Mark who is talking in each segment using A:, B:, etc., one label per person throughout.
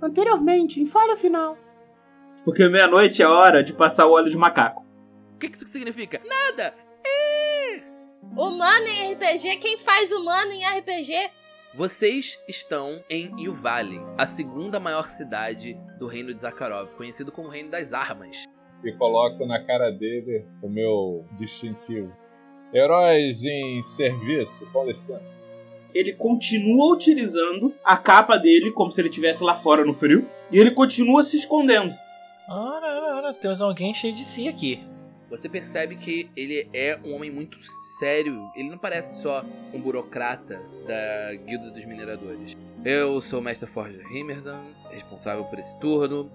A: anteriormente, em falha final.
B: Porque meia-noite é hora de passar o óleo de macaco.
C: O que que isso significa? Nada!
D: Humano em RPG, quem faz humano em RPG?
C: Vocês estão em Yuvali, a segunda maior cidade do reino de Zakharov, conhecido como Reino das Armas.
E: e coloco na cara dele o meu distintivo. Heróis em serviço, com licença.
B: Ele continua utilizando a capa dele como se ele estivesse lá fora no frio. E ele continua se escondendo.
F: Ora, ora, ora, temos alguém cheio de si aqui.
C: Você percebe que ele é um homem muito sério. Ele não parece só um burocrata da Guilda dos Mineradores. Eu sou o Mestre Forge Himerson, responsável por esse turno.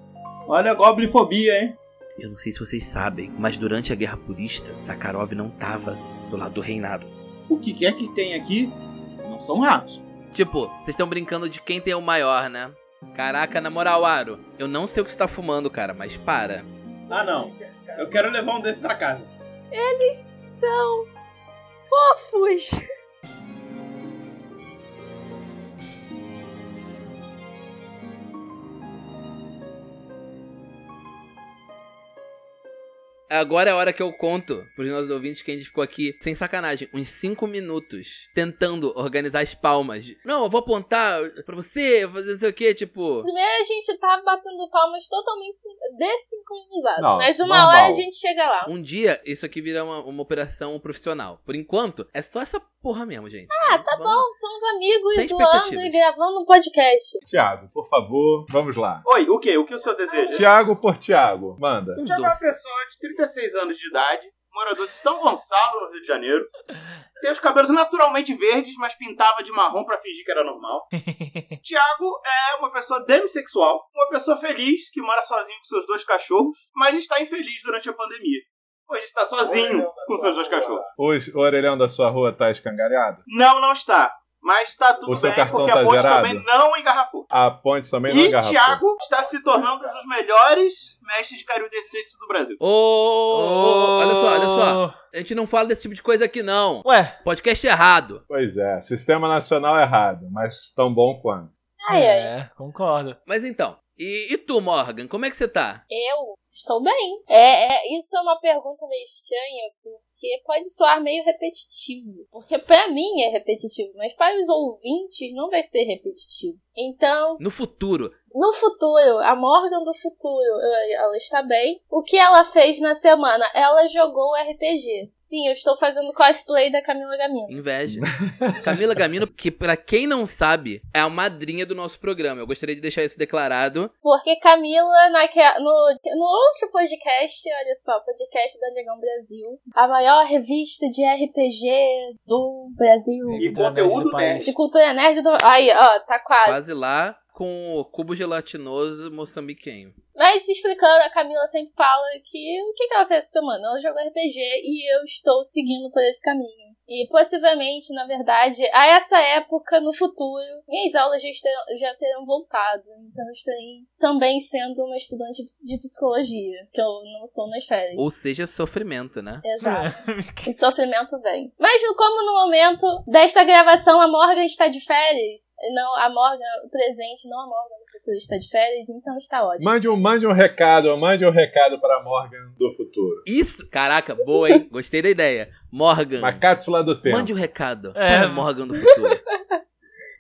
B: Olha a goblifobia, hein?
C: Eu não sei se vocês sabem, mas durante a Guerra Purista, Zakharov não tava do lado do reinado.
B: O que quer que tem aqui não são ratos.
C: Tipo, vocês estão brincando de quem tem o maior, né? Caraca, na moral, Aro, eu não sei o que você tá fumando, cara, mas para.
B: Ah, não. Eu quero levar um desse pra casa.
D: São fofos.
C: Agora é a hora que eu conto pros nossos ouvintes que a gente ficou aqui, sem sacanagem, uns 5 minutos tentando organizar as palmas. Não, eu vou apontar pra você, fazer não sei o que, tipo.
D: Primeiro a gente tá batendo palmas totalmente sin- desincronizado.
E: Não,
D: mas uma
E: normal.
D: hora a gente chega lá.
C: Um dia isso aqui vira uma, uma operação profissional. Por enquanto, é só essa porra mesmo, gente.
D: Ah, tá bom, somos
C: Sem
D: amigos zoando
C: expectativas.
D: e gravando um podcast.
E: Tiago, por favor, vamos lá.
B: Oi, o quê? O que o senhor deseja?
E: Tiago por Tiago, manda.
C: Um
B: Tiago é uma
C: doce.
B: pessoa de 36 anos de idade, morador de São Gonçalo, no Rio de Janeiro. Tem os cabelos naturalmente verdes, mas pintava de marrom pra fingir que era normal. Tiago é uma pessoa demissexual, uma pessoa feliz que mora sozinho com seus dois cachorros, mas está infeliz durante a pandemia. Hoje está sozinho com seus dois cachorros.
E: Hoje, o orelhão da sua rua tá escangalhado?
B: Não, não está. Mas está tudo
E: O seu
B: bem,
E: cartão
B: porque
E: tá
B: a ponte
E: zerado?
B: também não engarrafou.
E: A ponte também não
B: E
E: agarra.
B: Thiago está se tornando um dos melhores mestres de caryudecentes do Brasil.
C: Ô, ô, ô, olha só, olha só. A gente não fala desse tipo de coisa aqui, não.
F: Ué,
C: Podcast errado.
E: Pois é, sistema nacional errado, mas tão bom quanto.
D: Ai, ai.
F: é, concordo.
C: Mas então, e, e tu, Morgan, como é que você tá?
D: Eu estou bem. É, é, isso é uma pergunta meio estranha, porque pode soar meio repetitivo. Porque pra mim é repetitivo, mas para os ouvintes não vai ser repetitivo. Então,
C: No futuro,
D: No futuro, a Morgan do futuro, eh, ela está bem. O que ela fez na semana? Ela jogou o RPG. Sim, eu estou fazendo cosplay da Camila Gamino.
C: inveja. Camila Gamino, que pra quem não sabe, é a madrinha do nosso programa. Eu gostaria de deixar isso declarado.
D: Porque Camila, naque- no, no outro podcast, olha só, podcast da Negão Brasil, a maior revista de RPG do Brasil,
B: E
F: Cultura nerd
B: conteúdo
D: de cultura nerd do... Aí, ó, tá quase.
C: Quase lá com o cubo gelatinoso moçambiquenho.
D: Mas explicando, a Camila sempre fala que o que, que ela fez essa semana? Ela jogou RPG e eu estou seguindo por esse caminho. E possivelmente, na verdade, a essa época, no futuro, minhas aulas já terão, já terão voltado. Então eu estarei também sendo uma estudante de psicologia, que eu não sou nas férias.
C: Ou seja, sofrimento, né?
D: Exato. O sofrimento vem. Mas no- como no momento desta gravação a Morgan está de férias, não, a Morgan presente, não a Morgan do futuro está de férias, então está ótimo.
E: Mande um, mande um recado, mande um recado para Morgan do futuro.
C: Isso! Caraca, boa, hein? Gostei da ideia. Morgan,
E: Uma cápsula do tempo.
C: mande o recado
F: É.
C: para Morgan do futuro.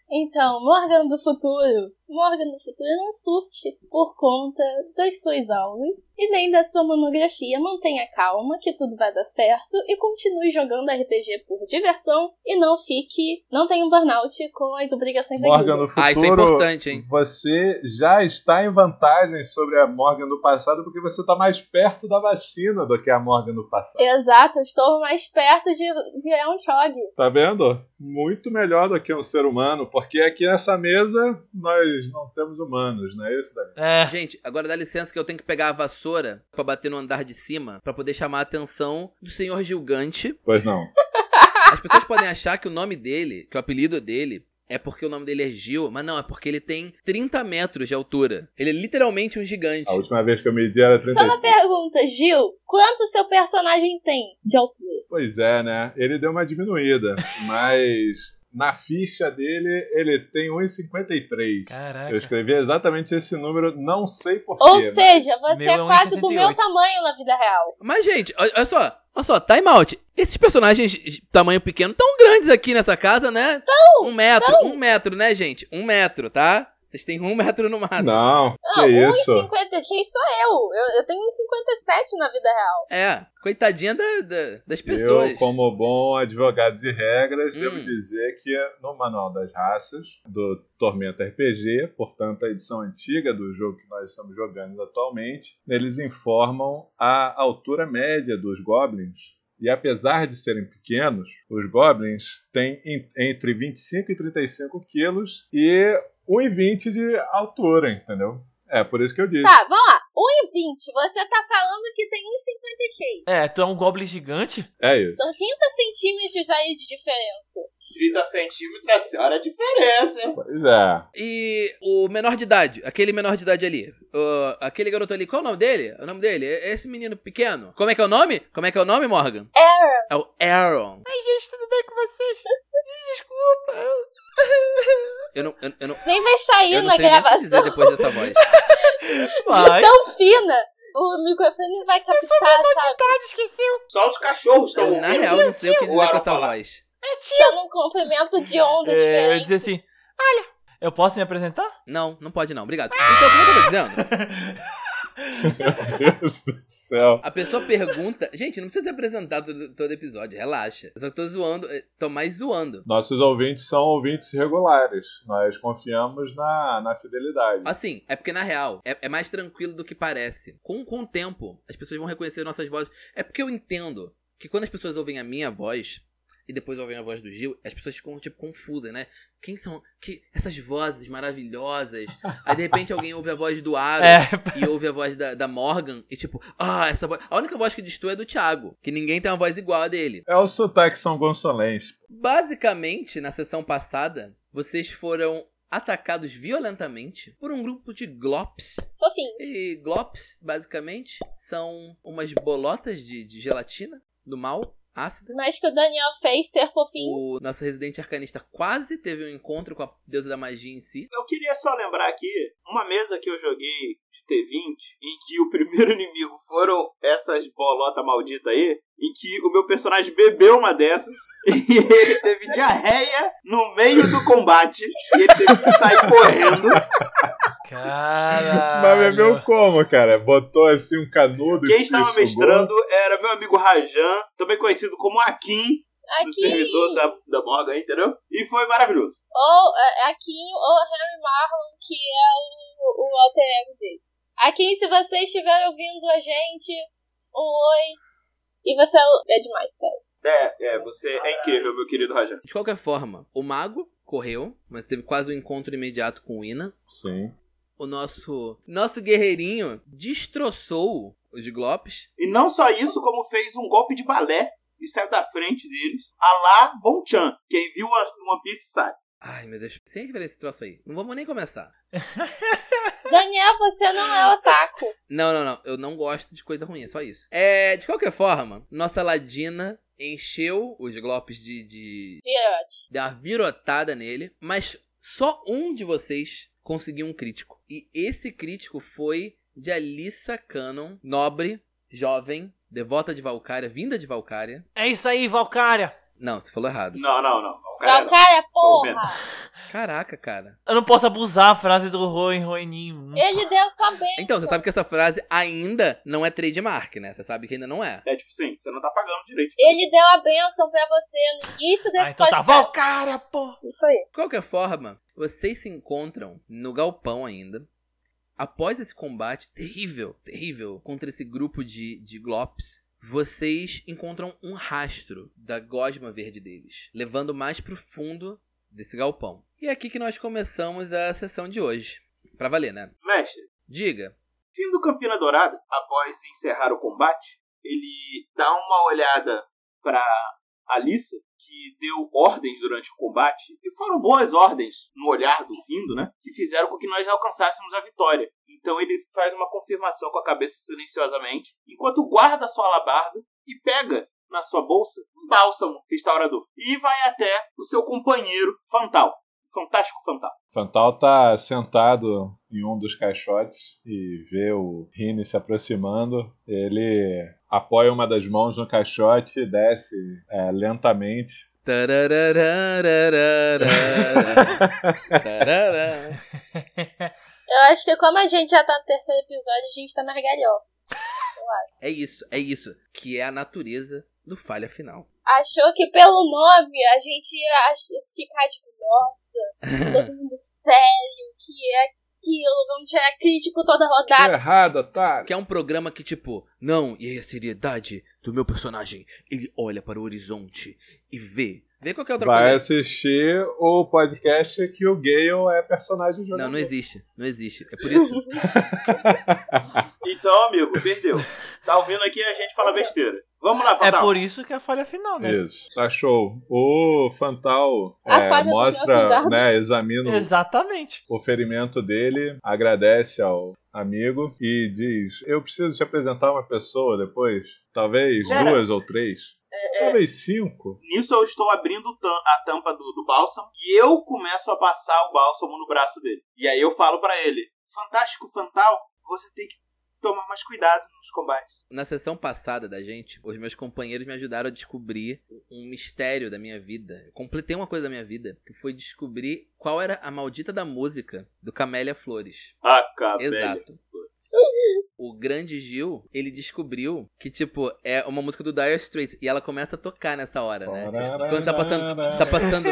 D: Então, Morgan do futuro. Morgan do futuro não surte por conta das suas aulas e nem da sua monografia. Mantenha calma, que tudo vai dar certo e continue jogando RPG por diversão e não fique, não tenha um burnout com as obrigações da
E: Morgan
D: guilda.
E: do futuro.
C: Ah, isso é importante, hein?
E: Você já está em vantagem sobre a Morgan do passado porque você está mais perto da vacina do que a Morgan do passado.
D: Exato, eu estou mais perto de virar um Trog.
E: Tá vendo? Muito melhor do que um ser humano, porque aqui nessa mesa nós não temos humanos, não é isso, Daniel?
F: É,
C: Gente, agora dá licença que eu tenho que pegar a vassoura pra bater no andar de cima pra poder chamar a atenção do senhor Gilgante.
E: Pois não.
C: As pessoas podem achar que o nome dele, que o apelido dele, é porque o nome dele é Gil, mas não, é porque ele tem 30 metros de altura. Ele é literalmente um gigante.
E: A última vez que eu medi era
D: Só uma
E: 30.
D: pergunta, Gil: quanto seu personagem tem de altura?
E: Pois é, né? Ele deu uma diminuída, mas Na ficha dele, ele tem 1,53. Eu
F: Caraca.
E: escrevi exatamente esse número, não sei né? porquê.
D: Ou seja, você
F: Meu é
D: é quase do meu
F: 1,68.
D: tamanho na vida real.
C: Mas, gente, olha olha só. Olha só, time out. Esses personagens de tamanho pequeno tão grandes aqui nessa casa, né? Não, um metro, um metro, né, gente? Um metro, tá? Vocês têm um metro no máximo.
E: Não,
D: Não,
E: que isso.
D: 1,53 sou eu. eu. Eu tenho 1,57 na vida real.
C: É, coitadinha da- da- das pessoas.
E: Eu, como bom advogado de regras,
C: Hum.
E: devo dizer que é no Manual das Raças, do Tormenta RPG, portanto a edição antiga do jogo que nós estamos jogando atualmente, eles informam a altura média dos goblins. E apesar de serem pequenos, os goblins têm em- entre 25 e 35 quilos e 1,20 de altura, entendeu? É por isso que eu disse.
D: Tá, vamos lá. 1,20. Você tá falando que tem 1,56.
F: É, tu é um goblin gigante?
E: É isso.
C: então-
D: São 30 centímetros aí de diferença.
B: 30 centímetros é a senhora a diferença, hein?
E: Pois é.
C: E o menor de idade, aquele menor de idade ali. o- aquele garoto ali, qual é o nome dele? O nome dele? É esse menino pequeno. Como é que é o nome? Como é que é o nome, Morgan? Aaron. É o Aaron.
F: Ai, gente, tudo bem com vocês?
C: Eu não, eu, eu não,
D: Nem vai sair
C: eu não
D: na
C: sei nem o que dizer
D: gravação
C: depois dessa voz.
F: Vai. É,
D: tão fina. O microfone vai captar, sabe?
B: Só os cachorros estão
C: Eu, na real, não sei o que
B: O
C: dizer
B: Aaron
C: com essa
B: falar.
C: voz.
D: Dando um comprimento de onda
F: É, eu ia
D: diferente.
F: dizer assim, olha, eu posso me apresentar?
C: Não, não pode não, obrigado. Então, como eu tava dizendo,
E: Meu Deus do céu.
C: a pessoa pergunta. Gente, não precisa ser apresentado todo, todo episódio, relaxa. Eu só tô zoando, eh, tô mais zoando.
E: Nossos ouvintes são ouvintes regulares. Nós confiamos na, na fidelidade.
C: Assim, é porque na real, é, é mais tranquilo do que parece. Com, com o tempo, as pessoas vão reconhecer nossas vozes. É porque eu entendo que quando as pessoas ouvem a minha voz e depois ouvem a voz do Gil, as pessoas ficam, tipo, confusas, né? Quem são que essas vozes maravilhosas? Aí, de repente, alguém ouve a voz do Aro
F: É,
C: e ouve a voz da, da Morgan e, tipo, ah, essa voz... A única voz que distou é do Thiago, que ninguém tem uma voz igual a dele.
E: É o sotaque São Gonçalense.
C: Basicamente, na sessão passada, vocês foram atacados violentamente por um grupo de glops
D: Fofinho.
C: e glops, basicamente, são umas bolotas de, de gelatina do mal, ácida.
D: Mas que o Daniel fez ser fofinho.
C: O nosso residente arcanista quase teve um encontro com a deusa da magia em si.
B: Eu queria só lembrar aqui uma mesa que eu joguei de T20, em que o primeiro inimigo foram essas bolotas malditas aí, em que o meu personagem bebeu uma dessas e ele teve diarreia no meio do combate e ele teve que sair correndo.
F: caralho.
E: Mas é bebeu como, cara? Botou assim um canudo
B: Quem
E: e
B: estava
E: sugou?
B: mestrando era meu amigo Rajan, também conhecido como Akin, do
D: Aqui.
B: servidor da, da Morgan, entendeu? E foi maravilhoso.
D: Ou é, aqui ou Harry Marlon, que é o, o alter ego dele. Aqui, se você estiver ouvindo a gente, um oi. E você é demais, cara.
B: É, é, você é incrível, meu querido Rajan.
C: De qualquer forma, o mago correu, mas teve quase um encontro imediato com o Ina.
E: Sim.
C: O nosso nosso guerreirinho destroçou os glops.
B: E não só isso, como fez um golpe de balé e saiu da frente deles. A lá Bonchan. Quem viu One One Piece sabe.
C: Ai, meu Deus, sem referência esse troço aí. Não vamos nem começar.
D: Daniel, você não é otaku.
C: Não, não, não. Eu não gosto de coisa ruim, é só isso. É, de qualquer forma, nossa ladina encheu os glopes de, de
D: Virote.
C: dar virotada nele, mas só um de vocês conseguiu um crítico. E esse crítico foi de Alissa Cannon, nobre, jovem, devota de Valkyria, vinda de Valkyria.
F: É isso aí, Valkyria.
C: Não, você falou errado.
B: Não, não, não. O cara é
D: Não,
B: não.
D: cara, porra.
B: vendo.
C: Caraca, cara.
F: Eu não posso abusar a frase do Roin, Roininho.
D: Ele deu sua bênção.
C: Então, você sabe que essa frase ainda não é trademark, né? Você sabe que ainda não é.
B: É tipo assim, você não tá pagando direito.
D: Ele deu a bênção pra você no início desse
F: Ah, então tá,
D: podcast.
F: Valkyria, pô.
D: Isso aí.
C: De qualquer forma, vocês se encontram no galpão ainda. Após esse combate terrível, terrível, contra esse grupo de, de glops, vocês encontram um rastro da gosma verde deles, levando mais pro fundo desse galpão. E é aqui que nós começamos a sessão de hoje. Pra valer, né?
B: Mestre,
C: Diga.
B: fim do Campina Dourada, após encerrar o combate, ele dá uma olhada pra Alissa, que deu ordens durante o combate, e foram boas ordens no olhar do Findo, né? Que fizeram com que nós alcançássemos a vitória. Então ele faz uma confirmação com a cabeça silenciosamente, enquanto guarda sua alabarda e pega na sua bolsa um bálsamo restaurador e vai até o seu companheiro Fantal, o fantástico Fantal.
E: Fantal tá sentado em um dos caixotes e vê o Rini se aproximando. Ele apoia uma das mãos no caixote e desce é, lentamente.
C: Tararararararara. Tarará.
D: Eu acho que como a gente já tá no terceiro episódio, a gente tá mais galhofa.
C: É isso, é isso. Que é a natureza do falha final.
D: Achou que pelo nome a gente ia ach- ficar tipo, nossa, todo mundo sério, que é aquilo, vamos tirar crítico toda
E: Tá
D: rodada.
E: errado, otário!
C: Que é um programa que, tipo, não, e aí a seriedade do meu personagem. Ele olha para o horizonte e vê. Vê qualquer outra
E: Vai
C: coisa.
E: assistir o podcast que o Gale é personagem do jogo.
C: Não, não existe. Não existe. É por isso.
B: Então, amigo, perdeu. Tá ouvindo aqui a gente falar besteira. Vamos lá,
F: É
B: Fantal.
F: por isso que é a falha final, né?
E: Isso, tá show. O Fantal
D: A
E: é,
D: falha dos nossos
E: mostra,
D: dados.
E: né, examina o
F: Exatamente.
E: o ferimento dele, agradece ao amigo e diz: Eu preciso te apresentar uma pessoa depois. Talvez
B: Cara,
E: duas ou três.
D: é,
E: Talvez cinco.
B: Nisso eu estou abrindo o tam- a tampa do, do bálsamo e eu começo a passar o bálsamo no braço dele. E aí eu falo pra ele: Fantástico Fantal, você tem que tomar mais cuidado nos combates.
C: Na sessão passada da gente, os meus companheiros me ajudaram a descobrir um mistério da minha vida. Eu completei uma coisa da minha vida, que foi descobrir qual era a maldita da música do Camélia Flores.
B: Ah, cara,
C: Exato. O grande Gil, ele descobriu que, tipo, é uma música do Dire Straits. E ela começa a tocar nessa hora, né? Quando tá passando. Tá passando.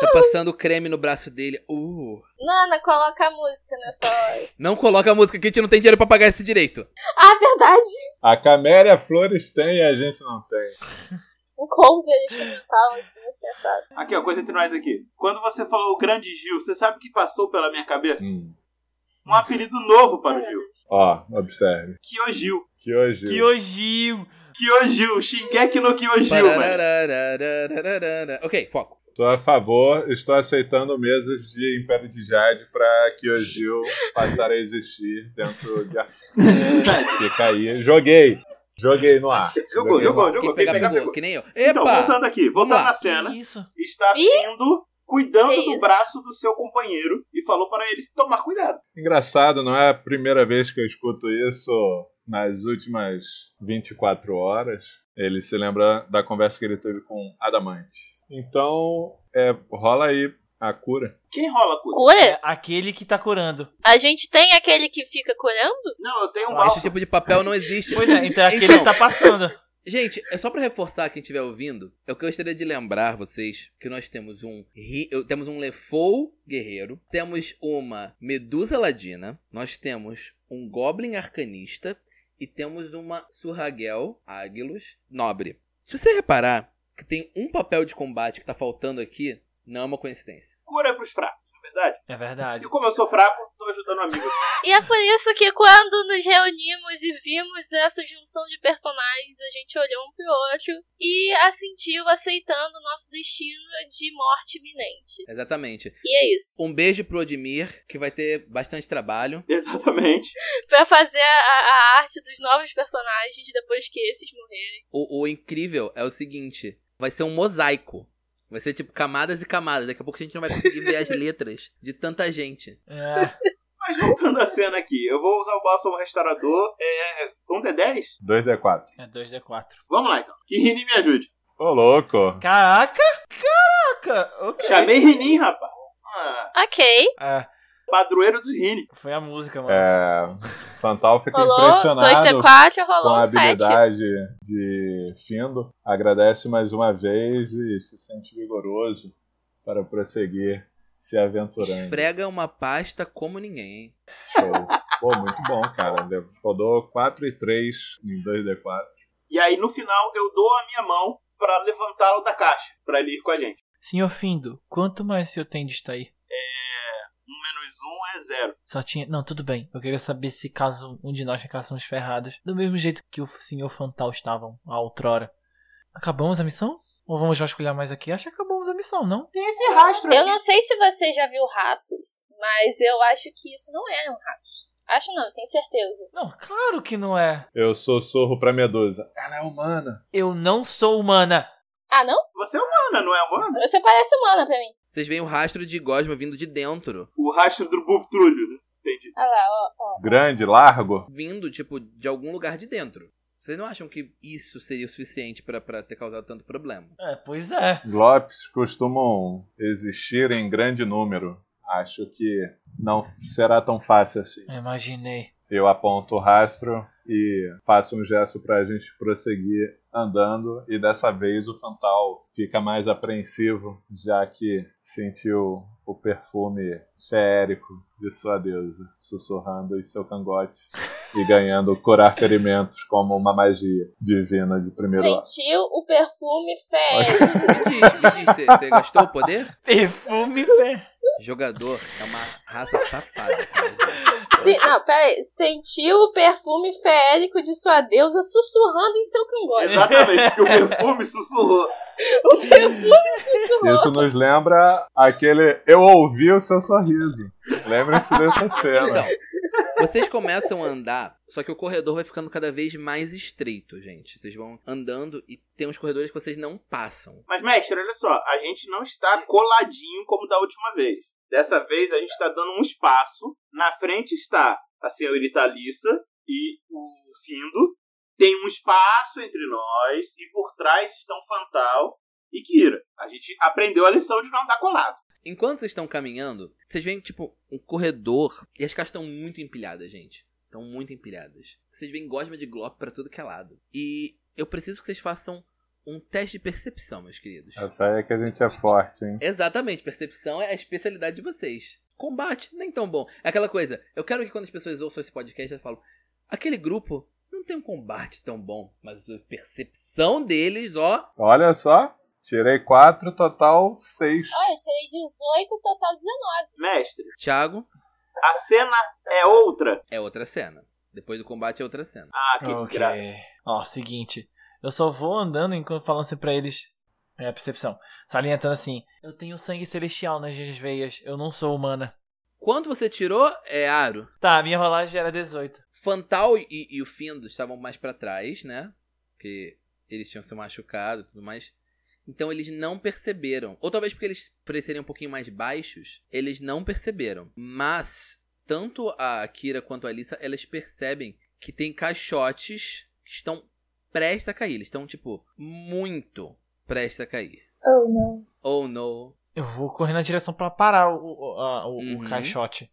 C: Tá passando creme no braço dele. Uh.
D: Nana, coloca a música nessa hora.
C: Não coloca a música que a gente não tem dinheiro pra pagar esse direito.
D: Ah, verdade!
E: A Camélia Flores tem e a gente não tem.
D: Um cover instrumental, assim, sensato.
B: Aqui, ó, coisa entre nós aqui. Quando você falou o grande Gil, você sabe o que passou pela minha cabeça?
E: Hum.
B: Um apelido novo para o Gil.
E: Ó, observe.
B: Kyojil.
E: Que hoje.
F: Kyojin.
B: Kyojil. Shingeki no Kyojil, velho.
C: Parararararararara. Ok, foco.
E: Estou a favor, estou aceitando mesas de Império de Jade para que o Gil passar a existir dentro de Arthur. Fica aí. Joguei! Joguei no ar.
B: Jogou,
E: Joguei no
B: jogou, jogou.
E: ar.
C: Quem
B: Quem
C: pegar, pegou,
B: pegou.
C: que nem eu.
B: Então,
C: Epa!
B: voltando aqui,
C: Vamos
B: voltando
C: lá.
B: à
F: Que
B: cena.
F: isso?
B: está
D: Ih!
B: vindo, cuidando
D: Que
B: do
D: isso?
B: braço do seu companheiro e falou para ele tomar cuidado.
E: Engraçado, não é a primeira vez que eu escuto isso nas últimas 24 horas. Ele se lembra da conversa que ele teve com Adamante. Então, é, rola aí a cura.
B: Quem rola a coisa?
F: É
D: Cura?
F: aquele que tá curando.
D: A gente tem aquele que fica curando?
B: Não, eu tenho um
F: Ah,
C: Esse
B: bálsamo.
C: tipo de papel não existe.
F: Pois é, então é aquele
C: Então.
F: que tá passando.
C: Gente, é só pra reforçar quem estiver ouvindo, é eu gostaria de lembrar vocês que nós temos um ri- eu- temos um Lefou guerreiro, temos uma Medusa ladina, nós temos um Goblin arcanista e temos uma Surragel Águilos nobre. Se você reparar que tem um papel de combate que tá faltando aqui, não é uma coincidência.
B: Cura é pros fracos, na verdade.
F: É verdade.
B: E como eu sou fraco, tô ajudando o amigo.
D: E é por isso que quando nos reunimos e vimos essa junção de personagens, a gente olhou um pro outro e assentiu aceitando o nosso destino de morte iminente.
C: Exatamente.
D: E é isso.
C: Um beijo pro Odmir, que vai ter bastante trabalho.
B: Exatamente.
D: Pra fazer a, a arte dos novos personagens depois que esses morrerem.
C: O, o incrível é o seguinte: vai ser um mosaico. Vai ser tipo camadas e camadas. Daqui a pouco a gente não vai conseguir ver as letras de tanta gente.
F: É.
B: Mas voltando à cena aqui, eu vou usar o bálsamo restaurador. É. Um D10?
E: 2D4.
F: É 2D4.
B: Vamos lá então. Que Rinin me ajude.
E: Ô, louco!
F: Caraca! Caraca! Ok.
B: Chamei Rinin, rapaz. Ah,
D: Ok.
F: É,
B: padroeiro dos Rinin.
F: foi a música, mano.
E: É, Fantal fica
D: Rolou
E: impressionado
D: 2D4,
E: com
D: rolou
E: a
D: um 7.
E: habilidade de Findo. Agradece mais uma vez e se sente vigoroso para prosseguir se aventurando.
C: Esfrega uma pasta como ninguém, hein?
E: Show. Pô, muito bom, cara. Rodou 4 e 3 em 2D4.
B: E aí no final eu dou a minha mão pra levantá-lo da caixa, pra ele ir com a gente.
F: Senhor Findo, quanto mais eu tenho disso aí?
B: Um menos um é zero.
F: Só tinha. Não, tudo bem. Eu queria saber se caso um de nós ficássemos ferrados, do mesmo jeito que o senhor Fantal estavam a outrora. Acabamos a missão? Ou vamos vasculhar mais aqui? Acho que acabamos a missão, não?
B: Tem esse rastro
D: Eu
B: aqui.
D: não sei se você já viu ratos, Mas eu acho que isso não é um Rakdos. Acho não, eu tenho certeza.
F: Não, claro que não é.
E: Eu sou sorro pra Medusa. Ela é humana.
F: Eu não sou humana.
D: Ah, não?
B: Você é humana, não é humana?
D: Você parece humana pra mim.
C: Vocês veem o rastro de Gosma vindo de dentro.
B: O rastro do Bubtrulho, né? Entendi.
D: Olha lá, ó, ó.
E: Grande, largo.
C: Vindo, tipo, de algum lugar de dentro. Vocês não acham que isso seria o suficiente pra- pra ter causado tanto problema?
F: É, pois é.
E: Glopes costumam existir em grande número. Acho que não será tão fácil assim.
F: Eu Imaginei.
E: Eu aponto o rastro e faço um gesto pra gente prosseguir andando. E dessa vez o Fantal fica mais apreensivo, já que sentiu o perfume feérico de sua deusa, sussurrando em seu cangote e ganhando curar ferimentos como uma magia divina de primeiro ano.
D: Sentiu o perfume feio.
C: Me diz, me diz, você- você gastou o poder?
F: Perfume, velho.
C: Jogador é uma raça safada. entendeu?
D: Se- não, pera aí. Sentiu o perfume feérico de sua deusa sussurrando em seu cangote.
B: Exatamente, porque o perfume sussurrou.
D: O perfume sussurrou.
E: Isso nos lembra aquele Eu ouvi o seu sorriso. Lembre-se dessa cena.
C: Então, vocês começam a andar, só que o corredor vai ficando cada vez mais estreito, gente. Vocês vão andando e tem uns corredores que vocês não passam.
B: Mas, mestre, olha só, a gente não está coladinho como da última vez. Dessa vez a gente está dando um espaço. Na frente está a senhorita Alissa e o Findo. Tem um espaço entre nós e por trás estão Fantal e Kira. A gente aprendeu a lição de não andar colado.
C: Enquanto vocês estão caminhando, vocês veem, tipo, um corredor e as casas estão muito empilhadas, gente. Estão muito empilhadas. Vocês veem gosma de glop pra tudo que é lado. E eu preciso que vocês façam um teste de percepção, meus queridos.
E: Essa aí é que a gente é forte, hein?
C: Exatamente, percepção é a especialidade de vocês. Combate, nem tão bom. É aquela coisa, eu quero que quando as pessoas ouçam esse podcast, elas falam: aquele grupo não tem um combate tão bom, mas a percepção deles, ó.
E: Olha só, tirei 4, total 6.
D: Olha, eu tirei 18, total 19.
B: Mestre,
C: Thiago,
B: a cena é outra.
C: é outra cena. Depois do combate é outra cena.
B: Ah, que desgraça.
F: Ó, seguinte. Eu só vou andando enquanto falando assim pra eles. É a percepção. Salientando assim. Eu tenho sangue celestial nas minhas veias. Eu não sou humana.
C: Quanto você tirou, é Aro.
F: Tá, a minha rolagem era 18.
C: Fantal e, e o Findo estavam mais pra trás, né? Porque eles tinham se machucado e tudo mais. Então eles não perceberam. Ou talvez porque eles parecerem um pouquinho mais baixos, eles não perceberam. Mas, tanto a Kira quanto a Alissa, elas percebem que tem caixotes que estão prestes a cair. Eles estão, tipo, muito prestes a cair.
D: Oh, não.
C: Oh no.
F: Eu vou correndo na direção pra parar o, o, a- o- o
C: Uhum.
F: caixote.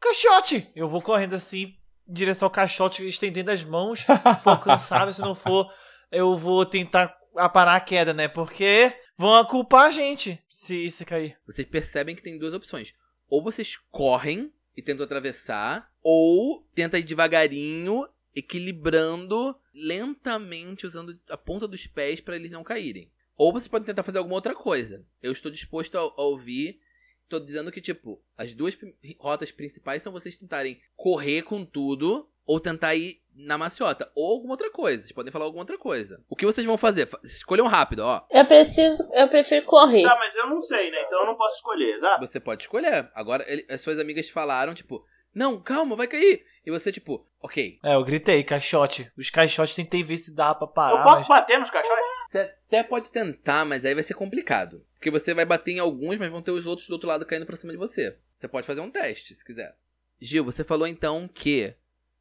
F: Caixote! Eu vou correndo assim, em direção ao caixote, estendendo as mãos. Se for cansado, se não for, eu vou tentar aparar a queda, né? Porque vão culpar a gente se isso cair.
C: vocês percebem que tem duas opções. Ou vocês correm e tentam atravessar, ou tenta ir devagarinho, equilibrando lentamente, usando a ponta dos pés para eles não caírem. Ou vocês podem tentar fazer alguma outra coisa. Eu estou disposto a, a ouvir. Tô dizendo que, tipo, as duas prim- rotas principais são vocês tentarem correr com tudo ou tentar ir na maciota. Ou alguma outra coisa. Vocês podem falar alguma outra coisa. O que vocês vão fazer? Fa- Escolham rápido, ó.
D: Eu preciso, eu prefiro correr.
B: Tá, mas eu não sei, né? Então eu não posso escolher, exato?
C: Você pode escolher. Agora, ele- as suas amigas falaram, tipo, não, calma, vai cair. E você, tipo, ok.
F: É, eu gritei, caixote. Os caixotes tentei ver se dava pra parar.
B: Eu posso
F: mas-
B: bater nos caixotes?
C: Você até pode tentar, mas aí vai ser complicado. Porque você vai bater em alguns, mas vão ter os outros do outro lado caindo pra cima de você. Você pode fazer um teste, se quiser. Gil, você falou então que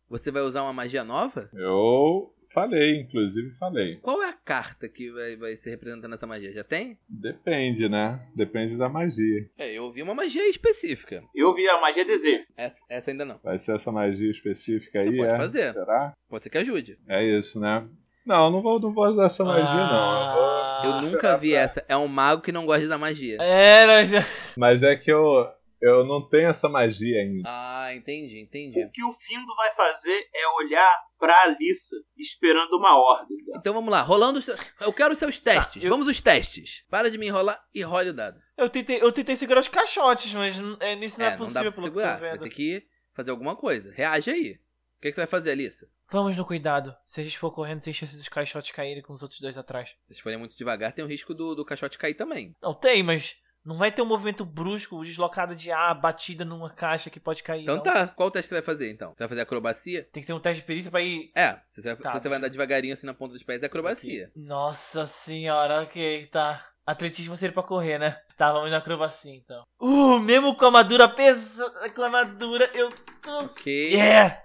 C: você vai usar uma magia nova?
E: Eu falei, inclusive falei.
C: Qual é a carta que vai, vai ser representando essa magia? Já tem?
E: Depende, né? Depende da magia.
C: É, eu vi uma magia específica.
B: Eu vi a magia desejo.
C: Essa, essa ainda não.
E: Vai ser essa magia específica aí,
C: pode
E: é?
C: fazer.
E: Será?
C: Pode ser que ajude.
E: É isso, né? Não, não vou, não vou usar essa magia, não. Eu vou-
F: Ah,
C: eu nunca vi essa. É um mago que não gosta da magia.
F: Era já.
E: Mas é que eu, eu não tenho essa magia ainda.
C: Ah, entendi, entendi.
B: O que o Findo vai fazer é olhar pra Alissa, esperando uma ordem. dela.
C: Então vamos lá, rolando os... Eu quero os seus testes.
F: Tá, eu-
C: Vamos os testes. Para de me enrolar e role o dado.
F: Eu tentei, eu tentei segurar os caixotes, mas n- é, nisso não é,
C: é, não dá
F: possível
C: pra
F: pelo
C: segurar.
F: que
C: Você
F: eu tô
C: vai
F: vendo.
C: ter que fazer alguma coisa. Reage aí. O que, que você vai fazer, Alissa?
F: Vamos no cuidado. Se a gente for correndo, tem chance dos caixotes caírem com os outros dois atrás.
C: Se vocês forem muito devagar, tem o risco do, do caixote cair também.
F: Não tem, mas Não vai ter um movimento brusco, deslocada de ar, batida numa caixa que pode cair.
C: Então
F: não.
C: tá, qual teste você vai fazer então? Você vai fazer acrobacia?
F: Tem que ser um teste de perícia pra ir.
C: É, se você vai,
F: Tá,
C: se você vai andar devagarinho assim na ponta dos pés, é acrobacia.
F: Nossa senhora, ok, tá. Atletismo seria pra correr, né? Tá, vamos na acrobacia então. Uh, mesmo com a madura pesada, com a madura, eu consigo.
C: Ok.
F: Yeah!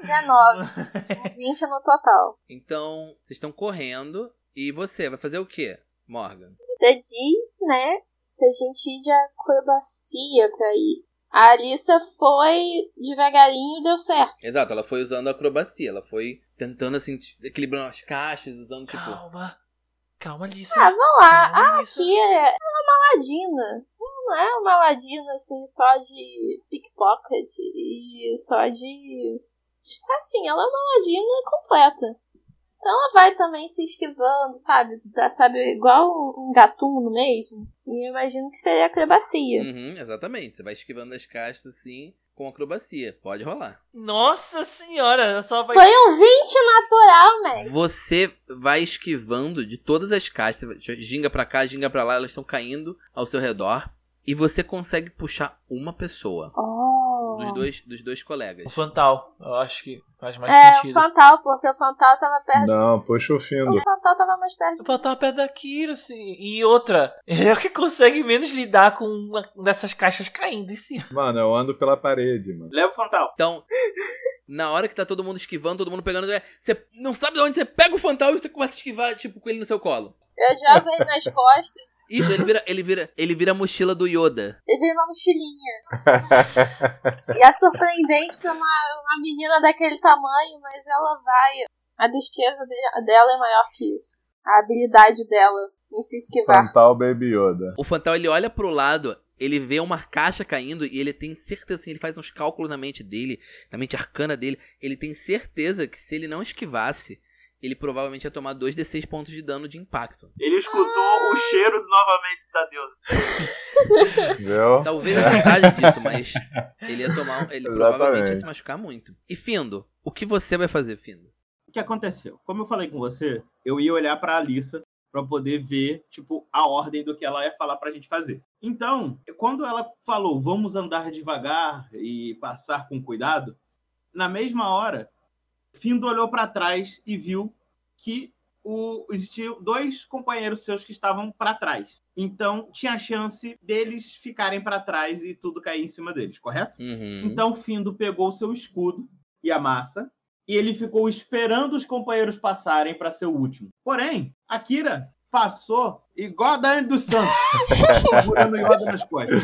D: 19, com 20 no total.
C: Então, vocês estão correndo e você vai fazer o quê, Morgan?
D: Você diz, né, pra gente ir de acrobacia pra ir. A Alissa foi devagarinho e deu certo.
C: Exato, ela foi usando acrobacia, ela foi tentando assim, t- equilibrando as caixas, usando tipo.
F: Calma. Calma, Lisa.
D: Ah, vamos lá.
F: Calma,
D: Ah,
F: Lisa.
D: aqui é uma maladina. Não é uma maladina, assim, só de pickpocket e só de... Assim, ela é uma maladina completa. Então ela vai também se esquivando, sabe? Dá- Sabe, igual um gatuno mesmo. E eu imagino que seria
F: Hum.
D: acrobacia.
C: Uhum, exatamente. Você vai esquivando as caixas assim com acrobacia. Pode rolar.
F: Nossa senhora, ela só vai.
D: Foi um 20 natural, né?
C: Você vai esquivando de todas as caixas. Você Ginga pra cá, ginga pra lá, elas estão caindo ao seu redor. E você consegue puxar uma pessoa.
D: Oh.
C: Dos dois, dos dois colegas.
F: O Fantal, eu acho que faz mais
D: É, o
F: sentido.
D: Fantal, porque o Fantal tava perto.
E: Não, puxa o findo.
D: O Fantal tava mais perto.
F: Eu botar perto da Kira, assim. E outra, é o que consegue menos lidar com uma dessas caixas caindo em cima.
E: Mano, eu ando pela parede, mano.
B: Leva o Fantal.
C: Então, na hora que tá todo mundo esquivando, todo mundo pegando, é, você não sabe de onde você pega o Fantal e você começa a esquivar, tipo, com ele no seu colo.
D: Eu jogo ele nas costas
C: Isso, ele vira, ele vira, ele vira a mochila do Yoda.
D: e vira uma mochilinha. e é surpreendente pra uma, uma menina daquele tamanho, mas ela vai. A destreza de- dela é maior que isso. A habilidade dela em se esquivar.
E: Fantal Baby Yoda.
C: O Fantal, ele olha pro lado, ele vê uma caixa caindo e ele tem certeza, assim, ele faz uns cálculos na mente dele, na mente arcana dele, ele tem certeza que se ele não esquivasse, ele provavelmente ia tomar 2d6 pontos de dano de impacto.
B: Ele escutou o cheiro novamente da deusa.
E: Viu?
C: Talvez a vantagem disso, mas ele ia tomar, um, ele provavelmente ia se
E: Exatamente.
C: machucar muito. E Findo, o que você vai fazer, Findo?
B: O que aconteceu? Como eu falei com você, eu ia olhar pra Alissa pra poder ver, tipo, a ordem do que ela ia falar pra gente fazer. Então, quando ela falou, vamos andar devagar e passar com cuidado, na mesma hora, Findo olhou pra trás e viu que o, existiam dois companheiros seus que estavam pra trás. Então, tinha chance deles ficarem pra trás e tudo cair em cima deles, correto?
C: Uhum.
B: Então Findo pegou o seu escudo e a massa e ele ficou esperando os companheiros passarem para ser o último. Porém, Akira passou igual a Dani dos Santos, segurando o Yoda nas costas.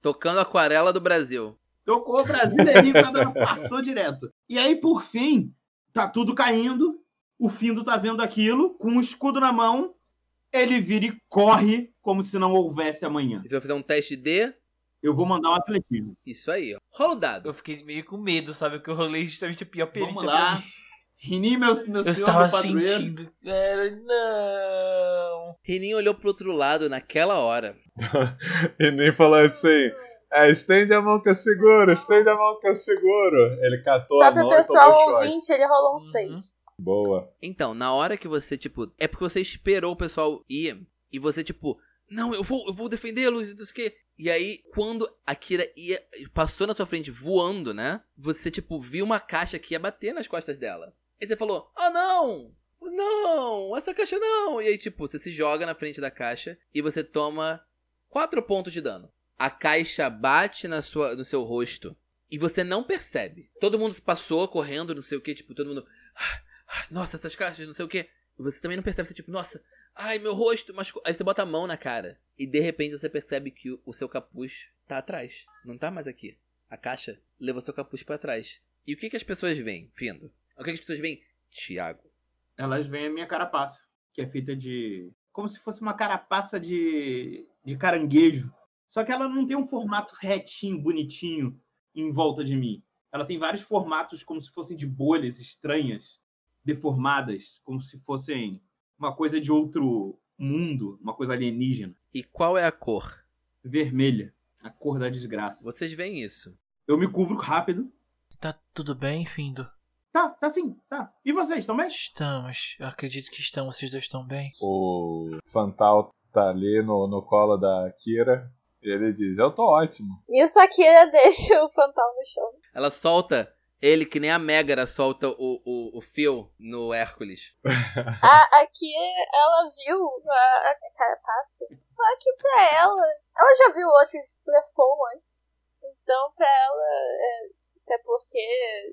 C: Tocando aquarela do Brasil.
B: Tocou o brasileirinho, cada um passou direto. E aí, por fim, tá tudo caindo, o Findo tá vendo aquilo, com o escudo na mão, ele vira e corre como se não houvesse amanhã.
C: E Você vai fazer um teste de.
B: Eu vou mandar um atletismo.
C: Isso aí, ó. Rola o dado.
F: Eu fiquei meio com medo, sabe? Que eu rolei justamente a pior perícia
B: Vamos lá.
F: pra mim.
B: Rini, meu, meu
F: Eu
B: senhor
F: estava
B: do padroeiro.
F: sentindo. Cara, não.
C: Renin olhou pro outro lado naquela hora.
E: E nem falou assim. É, estende a mão que eu seguro, estende a mão que eu seguro. Ele catou
D: Só
E: a
D: pro
E: mão e
D: pessoal
E: tomou choque.
D: ouvinte, ele rolou um
F: Uhum.
D: 6.
E: Boa.
C: Então, na hora que você, tipo. É porque você esperou o pessoal ir. E você, tipo, não, eu vou, eu vou defendê-los e não sei o quê. E aí, quando a Kira ia, passou na sua frente voando, né? Você, tipo, viu uma caixa que ia bater nas costas dela. Aí você falou, ah não! Não! Essa caixa não! E aí, tipo, você se joga na frente da caixa e você toma 4 pontos de dano. A caixa bate na sua, no seu rosto e você não percebe. Todo mundo se passou correndo, não sei o que, tipo, todo mundo. "Ah, ah, Nossa, essas caixas, não sei o que. Você também não percebe, você, tipo, nossa, ai, meu rosto, mas. Aí você bota a mão na cara e de repente você percebe que o- o seu capuz tá atrás. Não tá mais aqui. A caixa levou seu capuz pra trás. E o que, que as pessoas veem, Findo? O que, que as pessoas veem? Tiago.
B: elas veem a minha carapaça, que é feita de. como se fosse uma carapaça de, de caranguejo. Só que ela não tem um formato retinho, bonitinho, em volta de mim. Ela tem vários formatos como se fossem de bolhas estranhas, deformadas, como se fossem uma coisa de outro mundo, uma coisa alienígena.
C: E qual é a cor?
B: Vermelha, a cor da desgraça.
C: Vocês veem isso.
B: Eu me cubro rápido.
F: Tá tudo bem, Findo?
B: Tá, tá sim, tá. E vocês também?
F: Estamos. Eu acredito que estão. Vocês dois estão bem?
E: O Fantal tá ali no, no colo da Kira. Ele diz, eu tô ótimo.
D: Isso aqui é deixa o fantasma no chão.
C: Ela solta ele que nem a Megara solta o, o, o Phil no Hércules.
D: A, aqui ela viu a, a carapaça, só que pra ela, ela já viu outros Blefon antes. Então pra ela, é, até porque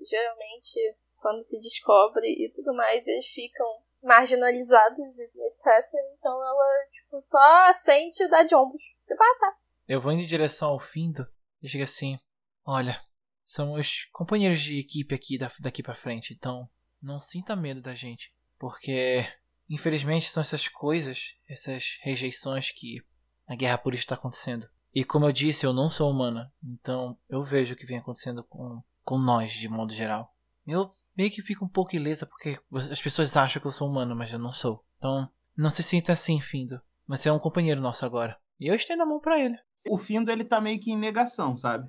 D: geralmente quando se descobre e tudo mais, eles ficam marginalizados e etc. Então ela tipo, só sente e dá de ombros. Tipo, ah, tá.
F: Eu vou indo em direção ao Findo e chega assim: Olha, somos companheiros de equipe aqui da- daqui pra frente, então não sinta medo da gente, porque infelizmente são essas coisas, essas rejeições que a guerra por isso está acontecendo. E como eu disse, eu não sou humana, então eu vejo o que vem acontecendo com, com nós de modo geral. Eu meio que fico um pouco ilesa porque você- as pessoas acham que eu sou humano, mas eu não sou. Então não se sinta assim, Findo. Você é um companheiro nosso agora. E eu estendo a mão pra ele.
B: O Findo, ele tá meio que em negação, sabe?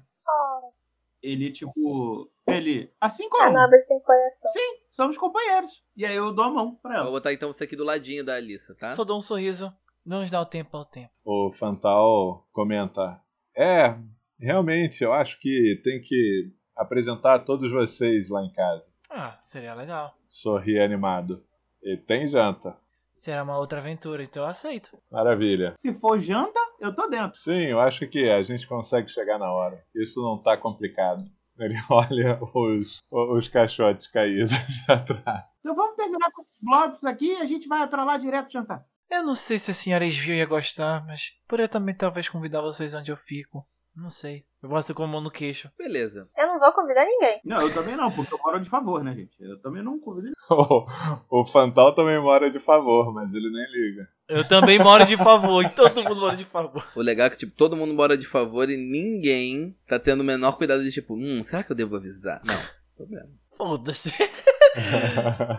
B: Ele, tipo, ele. Assim
D: A
B: como?
D: nobre tem coração.
B: Sim, somos companheiros. E aí eu dou a mão pra
C: Eu
B: ela.
C: vou botar então você aqui do ladinho da Alissa, tá?
F: Só dou um sorriso. Vamos dar o tempo ao tempo.
E: O Fantal comenta, é, realmente, eu acho que tem que apresentar a todos vocês lá em casa.
F: Ah, seria legal.
E: Sorri animado. E tem janta.
F: Será uma outra aventura, então eu aceito.
E: Maravilha.
B: Se for janta, eu tô dentro.
E: Sim, eu acho que a gente consegue chegar na hora. Isso não tá complicado. Ele olha os, os caixotes caídos atrás.
B: Então vamos terminar com esses blobs aqui e a gente vai pra lá direto jantar.
F: Eu não sei se a senhora Esvio ia gostar, mas por eu também talvez convidar vocês onde eu fico. Não sei. Eu boto com a mão no queixo.
C: Beleza.
D: Eu não vou convidar ninguém.
B: Não, eu também não, porque eu moro de favor, né, gente? Eu também não convido.
E: O, o Fantal também mora de favor, mas ele nem liga.
F: Eu também moro de favor, e todo mundo mora de favor.
C: O legal é que, tipo, todo mundo mora de favor e ninguém tá tendo o menor cuidado de, tipo, hum, será que eu devo avisar? Não. Problema.
F: Foda-se.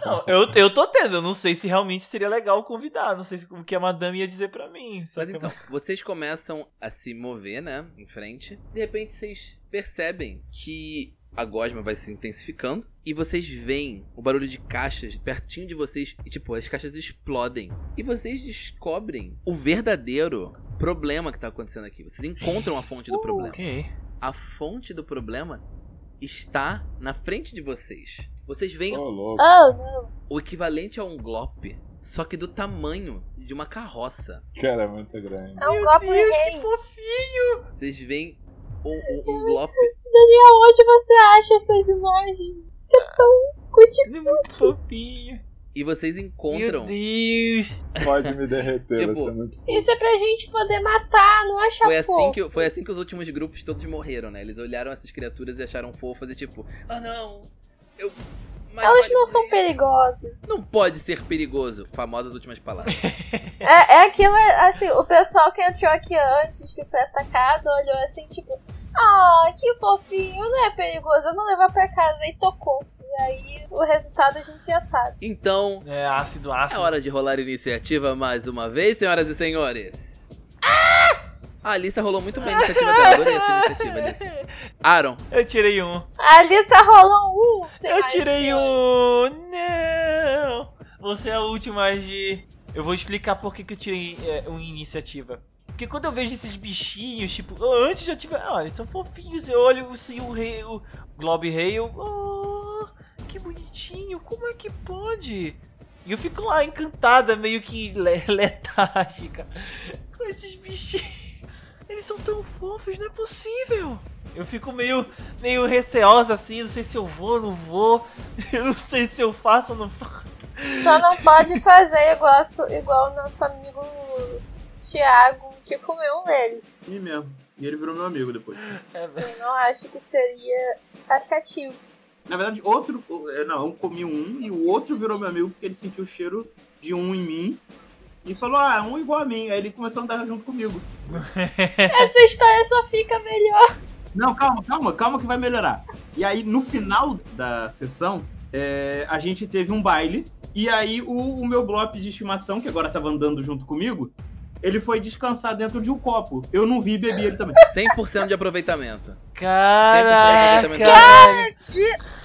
F: Não, eu, eu tô tendo, eu não sei se realmente seria legal convidar. Não sei se, o que a madame ia dizer pra mim. Só
C: Mas
F: que eu-
C: então, vocês começam a se mover, né? Em frente. De repente vocês percebem que a gosma vai se intensificando. E vocês veem o barulho de caixas pertinho de vocês. E tipo, as caixas explodem. E vocês descobrem o verdadeiro problema que tá acontecendo aqui. Vocês encontram a fonte do problema.
F: Ok.
C: A fonte do problema está na frente de vocês. Vocês veem
E: Ô, louco.
F: Ah,
D: Oh, não.
C: o equivalente a um glope, só que do tamanho de uma carroça.
E: Cara, é muito grande.
D: é um copo de
F: Deus,
D: rei.
F: que fofinho.
C: Vocês veem um, um, um glope.
D: Daniel, onde você acha essas imagens? É tão cuti-
F: Ele é muito fofinho.
C: E vocês
F: Meu
C: encontram.
F: Deus.
E: Pode me derreter,
C: Tipo,
E: vai ser muito
D: Isso é pra gente poder matar, não achar
C: Foi assim,
D: fofo.
C: que, foi assim que os últimos grupos todos morreram, né? Eles olharam essas criaturas e acharam fofas e tipo, ah não! Eu. mas
D: Elas
C: pode
D: não são
C: morrer."
D: perigosas.
C: Não pode ser perigoso. Famosas últimas palavras.
D: É, é aquilo, assim, o pessoal que entrou aqui antes, que foi atacado, olhou assim, tipo, ah, que fofinho, não é perigoso, eu vou levar pra casa e tocou. E aí o resultado a gente já sabe.
C: Então,
F: É ácido,
C: é
F: ácido.
C: hora de rolar a iniciativa mais uma vez, senhoras e senhores.
D: Ah!
C: A Alissa rolou muito bem a iniciativa dela. Adorei a sua iniciativa, Alissa. Aaron,
F: Eu tirei um.
D: A Alissa rolou um, sei
F: Eu
D: lá,
F: tirei
D: sei lá.
F: um! Não! Você é a última a agir. Eu vou explicar por que, que eu tirei é, uma iniciativa. Porque quando eu vejo esses bichinhos, tipo, eu antes já tive. Ah, eles são fofinhos. Eu olho assim, o rei, o Globe Rei, eu. Oh, que bonitinho! Como é que pode? E eu fico lá encantada, meio que le letárgica, com esses bichinhos. Eles são tão fofos, não é possível! Eu fico meio meio receosa assim, não sei se eu vou, não vou, eu não sei se eu faço ou não faço.
D: Só não pode fazer igual, a su- igual o nosso amigo Thiago, que comeu um deles.
B: E assim mesmo. E ele virou meu amigo depois.
F: É, velho.
D: Eu não acho que seria achativo.
B: Na verdade, outro. é, Não, eu comi um e o outro virou meu amigo porque ele sentiu o cheiro de um em mim. E falou, ah, um igual a mim. Aí ele começou a andar junto comigo.
D: Essa história só fica melhor.
B: Não, calma, calma, calma que vai melhorar. E aí, no final da sessão, é, a gente teve um baile. E aí, o, o meu bloco de estimação, que agora tava andando junto comigo, ele foi descansar dentro de um copo. Eu não vi e bebi ele também.
C: 100% de aproveitamento. Sempre serve né,
F: Caraca!
C: aproveitamento.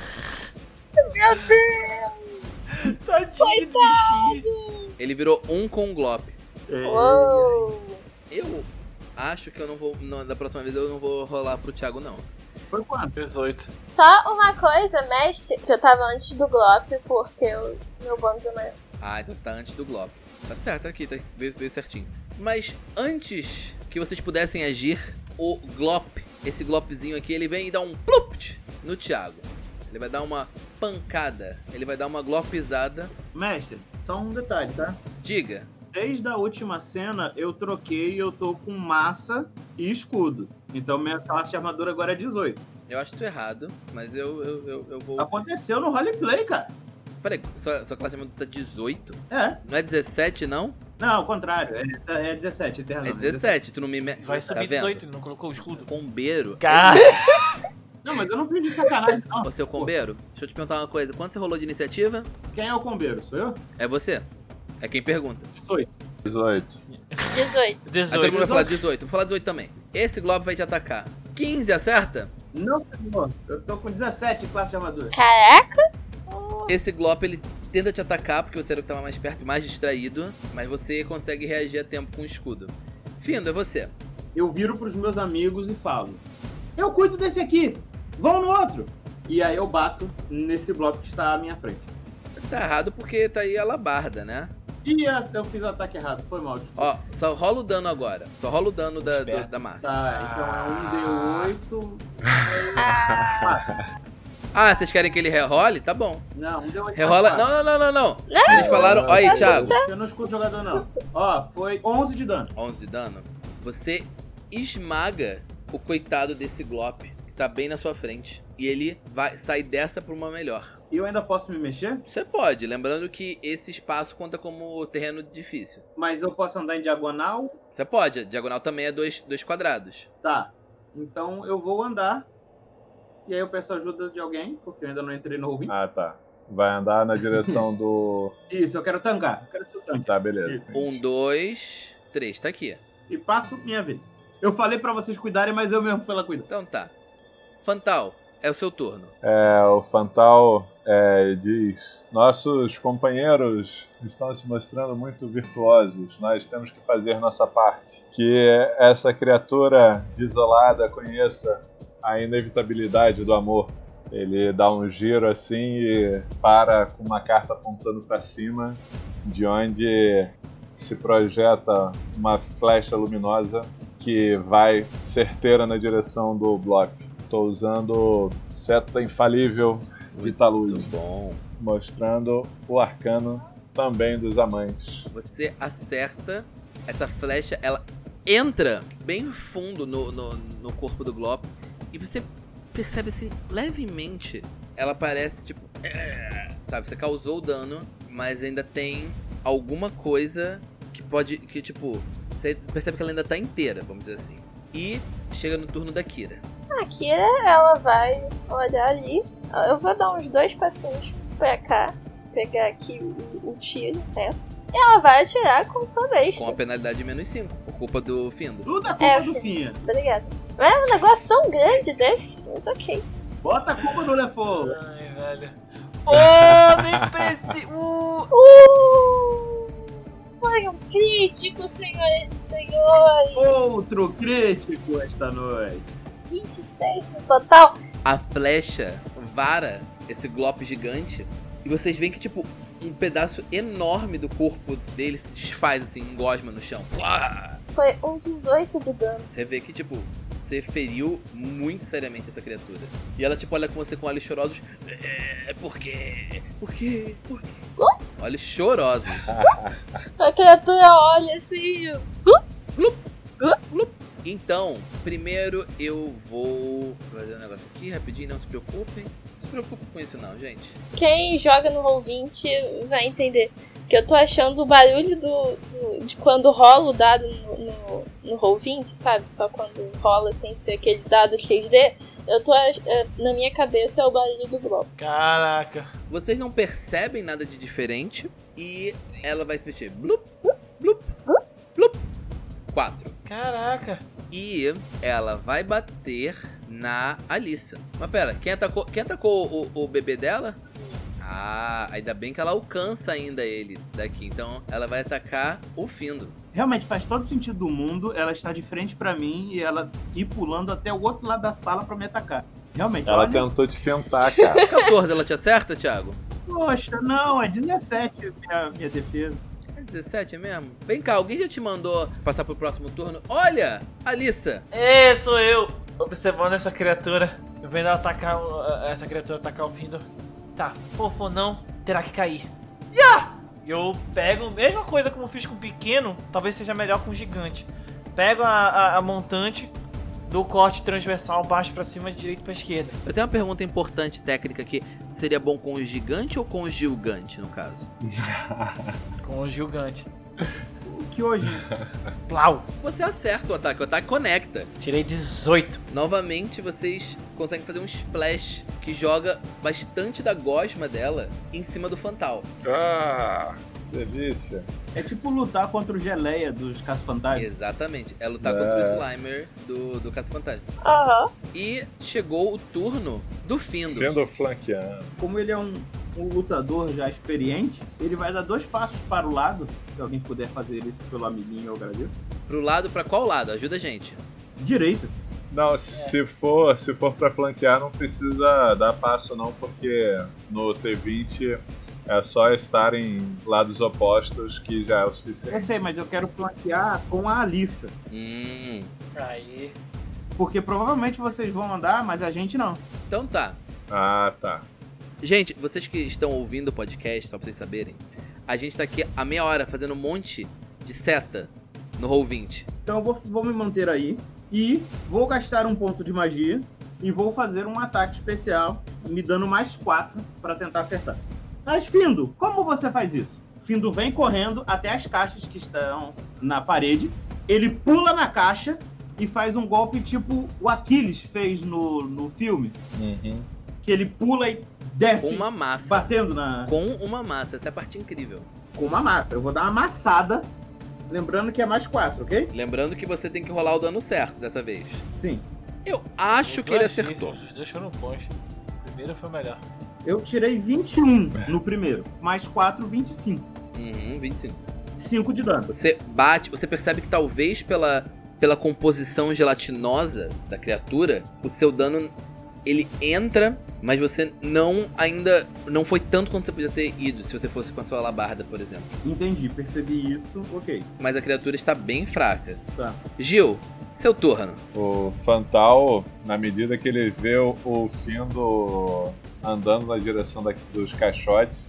F: Tadinho do bichinho!
C: Ele virou um com um glope.
B: É,
D: Uou!
C: Eu acho que eu não vou. não, da próxima vez eu não vou rolar pro Thiago, não.
B: Foi quanto?
F: 18.
D: Só uma coisa, mestre, que eu tava antes do Glop, porque eu, meu bônus é maior.
C: Ah, então você tá antes do Globo. Tá certo aqui, tá, veio, veio certinho. Mas antes que vocês pudessem agir, o Glop, esse Glopzinho aqui, ele vem e dá um plupt no Thiago. Ele vai dar uma pancada, ele vai dar uma glopizada.
B: Mestre, só um detalhe, tá?
C: Diga,
B: Desde a última cena, eu troquei e eu tô com massa e escudo. Então minha classe de armadura agora é 18.
C: eu acho isso errado, mas eu, eu, eu, eu
F: Ah.
C: vou.
B: Aconteceu no roleplay, cara.
C: Peraí, sua, sua classe de armadura tá 18?
B: É.
C: Não é 17, não?
B: Não, ao contrário. É, é 17, ele tem razão.
C: É 17, tu não me. me-
F: Vai
C: tá
F: subir
C: vendo?
F: 18, ele não colocou o escudo.
C: Combeiro. É
F: Cara,
B: Não, mas eu não fiz de sacanagem, não.
C: Ô, seu combeiro, deixa eu te perguntar uma coisa. Quanto você rolou de iniciativa?
B: Quem é o combeiro? Sou eu?
C: É você. É quem pergunta.
B: 18.
E: 18.
D: 18.
C: Aí todo
F: 18.
C: mundo vai falar 18. Vou falar 18 também. Esse Globo vai te atacar. 15, acerta?
B: Não, senhor. Eu tô com 17 de classe de armadura.
D: Caraca!
C: Esse Glop, ele tenta te atacar, porque você era o que tava mais perto e mais distraído. Mas você consegue reagir a tempo com o escudo. Findo, é você.
B: Eu viro pros meus amigos e falo: Eu cuido desse aqui, vão no outro. E aí eu bato nesse bloco que está à minha frente.
C: Tá errado porque tá aí a labarda, né?
B: E ah, eu fiz o ataque errado, foi mal. desculpa.
C: Ó, só rola o dano agora. Só rola o dano da, do-
F: Esperto.
C: da massa.
B: Então, Tá, então é um D8.
C: Ah, vocês querem que ele rerole? Tá bom.
B: Não, um D8.
C: Rerola.
B: tá
C: Não, não, não, não, não. Eles falaram. Olha aí, Thiago.
B: fácil. Eu não escuto jogador, não. Ó, foi 11 de dano.
C: 11 de dano, você esmaga o coitado desse Glop, que tá bem na sua frente. E ele vai sair dessa pra uma melhor.
B: E eu ainda posso me mexer,
C: Você pode, lembrando que esse espaço conta como terreno difícil.
B: mas eu posso andar em diagonal.
C: Você pode, a diagonal também é dois, dois quadrados.
B: Tá. Então eu vou andar. E aí eu peço ajuda de alguém, porque eu ainda não entrei no ouvinte.
E: Ah, tá. Vai andar na direção do.
B: Isso, eu quero tangar. Eu quero ser o tanque.
E: Tá, beleza.
C: Um, dois, três, tá aqui.
B: E passo minha vida. Eu falei pra vocês cuidarem, mas eu mesmo fui lá cuidar.
C: Então tá. Fantal, é o seu turno.
E: É, o Fantal é, diz: Nossos companheiros estão se mostrando muito virtuosos. Nós temos que fazer nossa parte. Que essa criatura desolada conheça a inevitabilidade do amor. Ele dá um giro assim e para com uma carta apontando para cima, de onde se projeta uma flecha luminosa que vai certeira na direção do bloco. Estou usando seta infalível
C: Muito
E: Vitaluz,
C: bom.
E: mostrando o arcano também dos amantes.
C: Você acerta essa flecha, ela entra bem fundo no, no, no corpo do Glop e você percebe assim levemente. Ela parece tipo. "Eh", Sabe, você causou o dano, mas ainda tem alguma coisa que pode. que tipo. Você percebe que ela ainda tá inteira, vamos dizer assim. E chega no turno da Kira.
D: A Kira, ela vai olhar ali. Eu vou dar uns dois passinhos pra cá, pegar aqui o, o tiro, né? E ela vai atirar com sua vez.
C: Com a penalidade de menos 5, por culpa do Findo.
B: Tudo é culpa
D: É,
B: do
D: sim.
B: Finha.
D: Obrigada. Não é um negócio tão grande desse, mas ok.
B: Bota a culpa no Lefou.
F: Ai, velho. Oh, nem precisa. Uh,
D: Uh! Foi um crítico, senhores e senhores.
B: Outro crítico esta noite.
D: 26 no total.
C: a flecha vara esse glop gigante e vocês veem que tipo um pedaço enorme do corpo dele se desfaz assim, engosma no chão. Uá!
D: Foi um 18 de dano.
C: Você vê que tipo você feriu muito seriamente essa criatura. E ela tipo olha com você com olhos chorosos. É, por quê? Por quê? Por quê? Olhos chorosos.
D: A criatura olha assim.
C: Então, primeiro eu vou fazer um negócio aqui rapidinho, não se preocupem. Não se preocupem com isso não, gente.
D: Quem joga no Roll20 vai entender. Que eu tô achando o barulho do, do- de quando rola o dado no, no, no Roll20, sabe? Só quando rola sem ser aquele dado 3D. Eu tô. ach- é, Na minha cabeça é o barulho do bloco.
F: caraca.
C: Vocês não percebem nada de diferente e ela vai se mexer. Blup, blup, blup. Quatro.
F: Caraca.
C: E ela vai bater na Alissa. Mas pera, quem atacou, quem atacou o, o bebê dela? Ah, ainda bem que ela alcança ainda ele daqui. Então ela vai atacar o Findo.
B: Realmente faz todo sentido do mundo ela está de frente pra mim e ela ir pulando até o outro lado da sala pra me atacar. Realmente,
E: Ela
B: olha.
E: tentou te tentar, cara.
C: 14, é ela te acerta, Thiago?
B: Poxa, não, é 17 minha, minha defesa.
C: É 17 é mesmo? Vem cá, alguém já te mandou passar pro próximo turno? Olha, Alissa!
F: É, sou eu! Observando essa criatura, vendo ela atacar o- essa criatura atacar o Findor. Tá, fofo ou não, terá que cair. Ya! Eu pego, mesma coisa como fiz com o pequeno, talvez seja melhor com o gigante. Pego a, a- a montante, dou corte transversal, baixo pra cima, direito pra esquerda.
C: Eu tenho uma pergunta importante técnica aqui. Seria bom com o gigante ou com o gigante, no caso?
F: Com o gigante.
B: O Que hoje
F: Plau!
C: Você acerta o ataque, o ataque conecta.
F: Tirei 18.
C: Novamente, vocês conseguem fazer um splash que joga bastante da gosma dela em cima do Fantal.
E: Ah, delícia.
B: é tipo lutar contra o Geleia dos Casos Fantásticos.
C: Exatamente. É lutar
E: É.
C: contra o Slimer do, do Caça-Fantasma.
D: Aham.
C: E chegou o turno do Findo.
E: Vendo flanqueando.
B: Como ele é um, um lutador já experiente, ele vai dar dois passos para o lado. Se alguém puder fazer isso pelo amiguinho, eu agradeço.
C: Pro lado, pra qual lado? Ajuda a gente.
B: Direita.
E: Não, se for, se for para flanquear não precisa dar passo não, porque no T20 é só estar em lados opostos que já é o
B: Eu
E: suficiente.
B: sei, mas eu quero flanquear com a Alissa.
C: Hum.
F: Aí.
B: Porque provavelmente vocês vão andar, mas a gente não.
C: Então tá.
E: Ah, tá.
C: Gente, vocês que estão ouvindo o podcast, só pra vocês saberem, a gente tá aqui há meia hora fazendo um monte de seta no Roll 20.
B: Então eu vou, vou me manter aí e vou gastar um ponto de magia e vou fazer um ataque especial, me dando mais quatro para tentar acertar. Mas Findo, como você faz isso? Findo vem correndo até as caixas que estão na parede, ele pula na caixa e faz um golpe tipo o Aquiles fez no, no filme,
E: Uhum.
B: que ele pula e
C: Com
B: desce
C: uma massa.
B: batendo na
C: Com uma massa. Essa é a parte incrível.
B: com uma massa. Eu vou dar uma amassada, lembrando que é mais quatro, ok?
C: Lembrando que você tem que rolar o dano certo dessa vez.
B: Sim.
C: Eu acho que ele acertou.
F: Os dois foram bons. O primeiro foi melhor.
B: Eu tirei 21 no primeiro, mais 4, 25.
C: Uhum, 25.
B: 5 de dano.
C: Você bate, você percebe que talvez pela, pela composição gelatinosa da criatura, o seu dano ele entra, mas você não ainda não foi tanto quanto você podia ter ido se você fosse com a sua alabarda, por exemplo.
B: Entendi, percebi isso, ok.
C: Mas a criatura está bem fraca.
B: Tá.
C: Gil, seu turno.
E: O Fantal, na medida que ele vê o, o Findo andando na direção da- dos caixotes,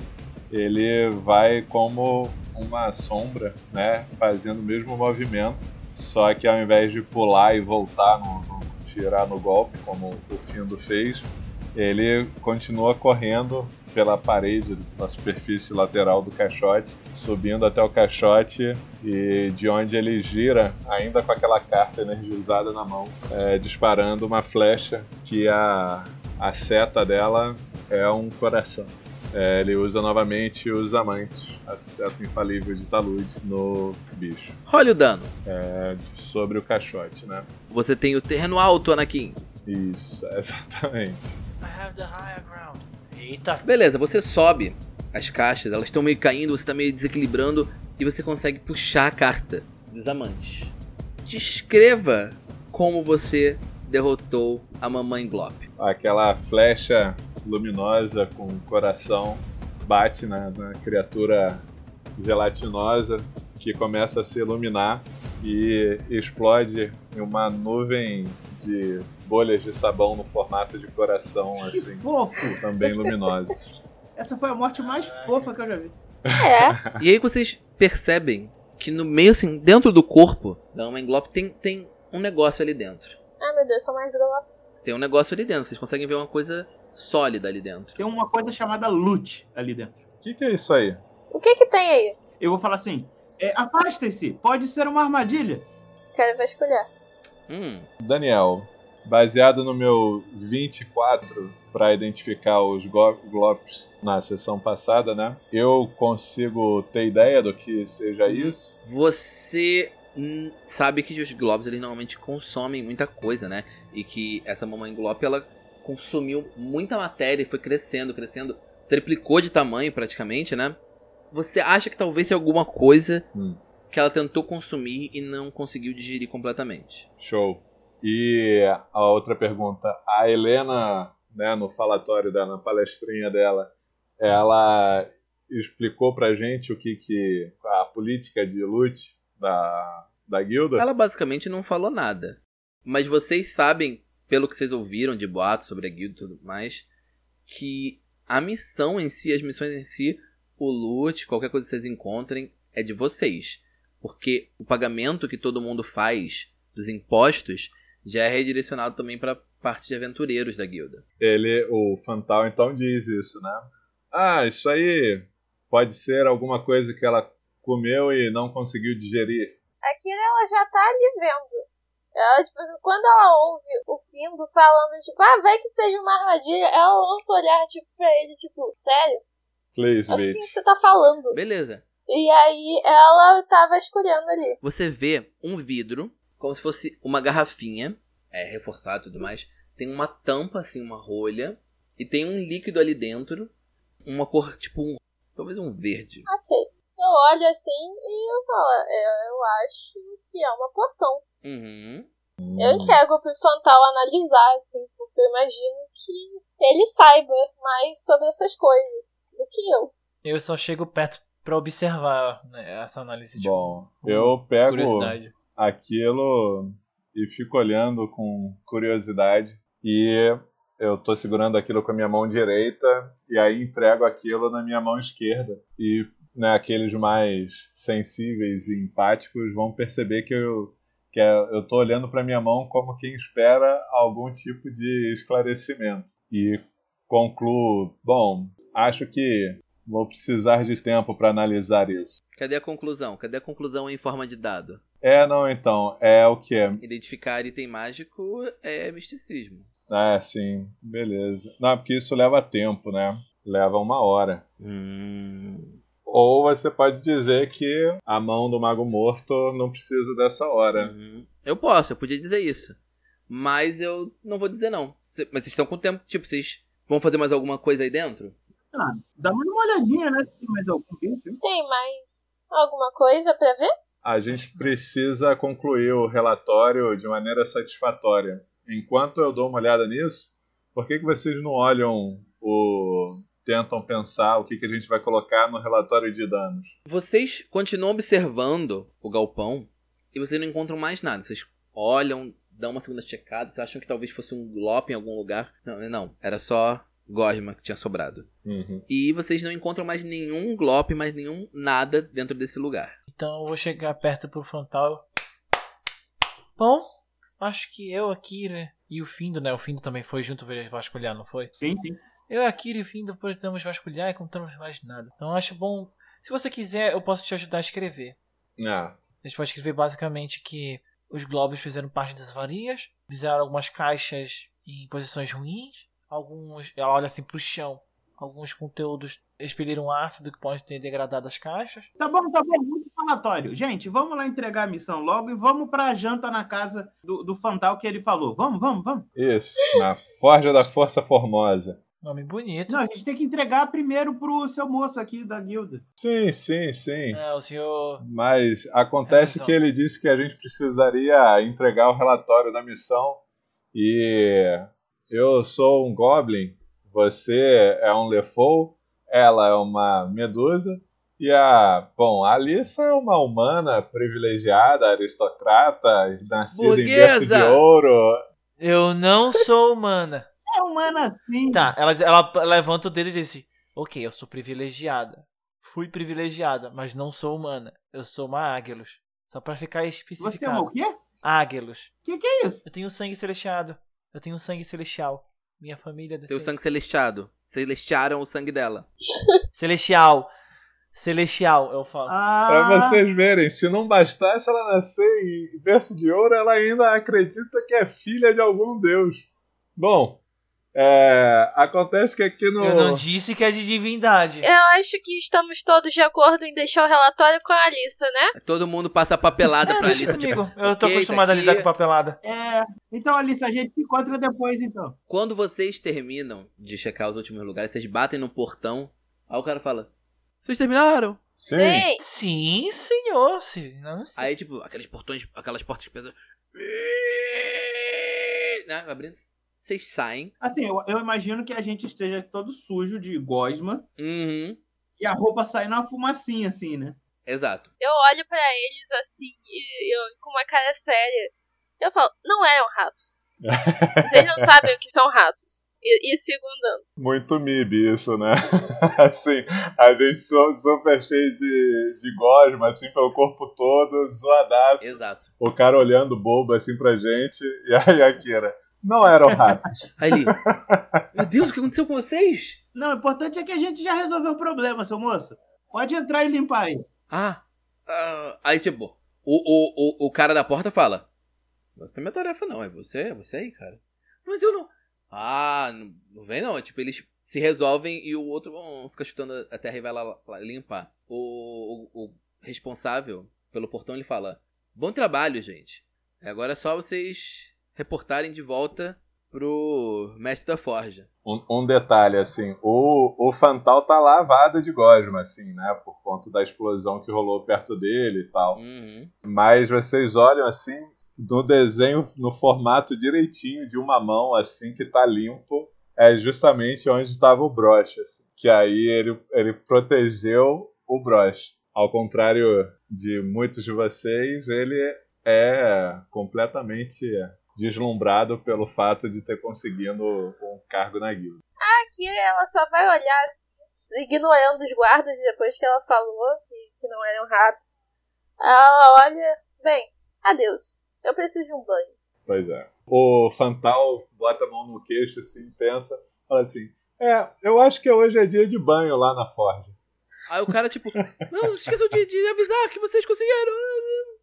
E: ele vai como uma sombra, né? Fazendo o mesmo movimento, só que ao invés de pular e voltar, no, no, tirar no golpe, como o Findo fez, ele continua correndo pela parede, na superfície lateral do caixote, subindo até o caixote e de onde ele gira, ainda com aquela carta energizada na mão, é, disparando uma flecha que a, a seta dela é um coração. É, ele usa novamente os amantes, a seta infalível de Talud, no bicho,
C: Olha o dano.
E: é, sobre o caixote, né?
C: Você tem o terreno alto, Anakin.
E: Isso, exatamente.
F: I have the higher ground. Eita,
C: Beleza, você sobe as caixas, elas estão meio caindo, você tá meio desequilibrando e você consegue puxar a carta dos amantes. Descreva como você derrotou a mamãe Glop.
E: aquela flecha luminosa com o coração bate na, na criatura gelatinosa que começa a se iluminar e explode em uma nuvem de bolhas de sabão no formato de coração
B: Que
E: assim
B: fofo!
E: também luminosa.
B: Essa foi a morte mais fofa que eu já vi.
D: É.
C: E aí vocês percebem que no meio, assim, dentro do corpo da mamãe Glop tem, tem um negócio ali dentro.
D: Ai, Ah, meu Deus, são mais golpes.
C: Tem um negócio ali dentro, vocês conseguem ver uma coisa sólida ali dentro.
B: Tem uma coisa chamada loot ali dentro.
E: O que, que é isso aí?
D: O que que tem aí?
B: Eu vou falar assim: é, afastem-se, pode ser uma armadilha.
D: Quero vasculhar.
C: Hum,
E: Daniel, baseado no meu 24 para identificar os go- Glops na sessão passada, né? Eu consigo ter ideia do que seja isso?
C: Você hum, sabe que os Globes eles normalmente consomem muita coisa, né? E que essa mamãe Globe ela consumiu muita matéria e foi crescendo, crescendo. Você triplicou de tamanho praticamente, né? Você acha que talvez seja alguma coisa
E: Hum.
C: que ela tentou consumir e não conseguiu digerir completamente.
E: Show. E a outra pergunta. A Helena, né, no falatório dela, na palestrinha dela, ela explicou pra gente o que, que a política de loot da, da guilda.
C: Ela basicamente não falou nada. Mas vocês sabem, pelo que vocês ouviram de boatos sobre a guilda e tudo mais, que a missão em si, as missões em si, o loot, qualquer coisa que vocês encontrem, é de vocês. Porque o pagamento que todo mundo faz dos impostos já é redirecionado também para parte de aventureiros da guilda.
E: ele, o Fantal, então diz isso, né? Ah, isso aí pode ser alguma coisa que ela comeu e não conseguiu digerir.
D: Akira, ela já tá ali vendo. Ela, tipo, quando ela ouve o Findo falando, tipo, ah, vai que seja uma armadilha, ela lança o olhar, tipo, pra ele, tipo, sério?
E: Please,
D: Olha O que
E: bitch.
D: você tá falando?
C: Beleza.
D: E aí ela tava escolhendo ali.
C: Você vê um vidro, como se fosse uma garrafinha, é reforçado e tudo mais. Tem uma tampa, assim, uma rolha. E tem um líquido ali dentro. Uma cor, tipo, um, talvez um verde.
D: Ok. Eu olho assim e eu falo, "É, eu acho que é uma poção.
C: Uhum.
D: Eu entrego pro Santal analisar, assim, porque eu imagino que ele saiba mais sobre essas coisas do que eu.
F: Eu só chego perto pra observar né, essa análise de
E: Bom, eu pego
F: curiosidade.
E: aquilo e fico olhando com curiosidade. E eu tô segurando aquilo com a minha mão direita e aí entrego aquilo na minha mão esquerda. E né, aqueles mais sensíveis e empáticos vão perceber que eu que é- eu tô olhando para minha mão como quem espera algum tipo de esclarecimento. E concluo, bom, acho que vou precisar de tempo para analisar isso.
C: Cadê a conclusão? Cadê a conclusão em forma de dado?
E: É, não, então, é o que?
C: Identificar item mágico é misticismo.
E: Ah, sim, beleza. Não, porque isso leva tempo, né? Leva uma hora.
C: Hum.
E: Ou você pode dizer que a mão do Mago Morto não precisa dessa hora.
C: Uhum. Eu posso, eu podia dizer isso. Mas eu não vou dizer não. Cê- mas vocês estão com tempo, tipo, vocês vão fazer mais alguma coisa aí dentro?
B: Dá mais uma olhadinha, né? Se Tem mais algum vídeo.
D: Tem mais alguma coisa pra ver?
E: A gente precisa concluir o relatório de maneira satisfatória. Enquanto eu dou uma olhada nisso, por que, que vocês não olham o. tentam pensar o que, que a gente vai colocar no relatório de danos?
C: Vocês continuam observando o galpão e vocês não encontram mais nada. Vocês olham, dão uma segunda checada, vocês acham que talvez fosse um golpe em algum lugar. Não, não, era só gosma que tinha sobrado.
E: Uhum.
C: E vocês não encontram mais nenhum golpe, mais nenhum nada dentro desse lugar.
F: Então eu vou chegar perto pro Fantal. Bom, acho que eu, a Kira e o Findo, né? O Findo também foi junto ver vasculhar, não foi?
B: Sim, sim.
F: Eu, a Kira e o Findo podemos vasculhar e encontramos mais nada. Então acho bom. Se você quiser, eu posso te ajudar a escrever.
E: Ah,
F: A gente pode escrever basicamente que os globos fizeram parte das avarias, fizeram algumas caixas em posições ruins, alguns, ela olha assim pro chão, alguns conteúdos expeliram ácido que pode ter degradado as caixas.
B: Tá bom, tá bom. Muito falatório. Gente, vamos lá entregar a missão logo e vamos pra janta na casa do, do Fantal que ele falou. Vamos, vamos, vamos.
E: isso, na Forja da Força Formosa.
F: Nome bonito.
B: Não, a gente tem que entregar primeiro pro seu moço aqui da guilda.
E: Sim, sim, sim.
F: É, o senhor.
E: Mas acontece
F: É,
E: que ele disse que a gente precisaria entregar o relatório da missão e eu sou um goblin, você é um lefou, ela é uma medusa e a, bom, a Alissa é uma humana privilegiada, aristocrata, nascida em berço de
C: Burguesa!
E: ouro.
F: Eu não sou humana.
B: É humana assim.
F: Tá, ela, ela levanta o dedo e diz: assim, Ok, eu sou privilegiada. Fui privilegiada, mas não sou humana. Eu sou uma águilos. Só pra ficar
B: Você é uma
F: especificado.
B: o quê?
F: Águilos.
B: Que que é isso?
F: Eu tenho sangue celestiado. Eu tenho sangue celestial. Minha família é
C: Tem o
F: descende-
C: sangue celestiado. Celestiaram o sangue dela.
F: celestial. Celestial, eu falo.
B: Ah,
E: Pra vocês verem, se não bastasse ela nascer em berço de ouro, ela ainda acredita que é filha de algum deus. Bom, É, acontece que aqui no.
F: Eu não disse que é de divindade.
D: Eu acho que estamos todos de acordo em deixar o relatório com a Alissa, né?
C: Todo mundo passa papelada
F: É,
C: pra
F: deixa
C: Alice. Tipo,
F: comigo. Eu
C: ok, tá
F: tô acostumado a
C: aqui.
F: lidar com papelada.
A: É. Então, Alice, a gente se encontra depois, então.
C: quando vocês terminam de checar os últimos lugares, vocês batem no portão. Aí o cara fala: Vocês terminaram?
E: Sim.
D: Ei,
F: Sim, senhor. Sim, não sei.
C: Aí, tipo, aqueles portões, aquelas portas pesadas. Né? Abrindo. Vocês saem.
A: Assim, eu, eu imagino que a gente esteja todo sujo de gosma
C: Uhum.
A: e a roupa saindo uma fumacinha, assim, né?
C: Exato.
D: eu olho pra eles assim, e eu com uma cara séria. Eu falo, não eram ratos. Vocês não sabem o que são ratos. E, e sigo andando.
E: Muito MIB isso, né? assim, a gente so- super cheio de, de gosma, assim, pelo corpo todo, zoadaço.
C: Exato.
E: O cara olhando bobo, assim, pra gente. E aí a Kira, não era o rato.
C: Aí ele. Meu Deus, o que aconteceu com vocês?
A: Não, o importante é que a gente já resolveu o problema, seu moço. Pode entrar e limpar aí.
C: Ah. ah, aí, tipo, o, o, o, o cara da porta fala: Você tem minha tarefa, não. É você, é você aí, cara. Mas eu não. Ah, não, não vem não. É Tipo, eles se resolvem e o outro bom, fica chutando a terra e vai lá, lá limpar. O, o, o responsável pelo portão ele fala: Bom trabalho, gente. Agora é só vocês reportarem de volta pro mestre da forja.
E: Um, um detalhe, assim, o, o Fantal tá lavado de gosma, assim, né? Por conta da explosão que rolou perto dele e tal.
C: Uhum.
E: Mas vocês olham assim, no desenho, no formato direitinho de uma mão, assim, que tá limpo, é justamente onde estava o broche. assim. que aí ele, ele protegeu o broche. Ao contrário de muitos de vocês, ele é completamente deslumbrado pelo fato de ter conseguido um cargo na guilda.
D: Aqui ela só vai olhar assim, ignorando os guardas depois que ela falou que, que não eram ratos. Ela olha, bem, adeus. Eu preciso de um banho.
E: Pois é. O Fantal bota a mão no queixo, assim, pensa, fala assim, é, eu acho que hoje é dia de banho lá na Forja.
C: Aí o cara, tipo, não, esqueçam de, de avisar que vocês conseguiram.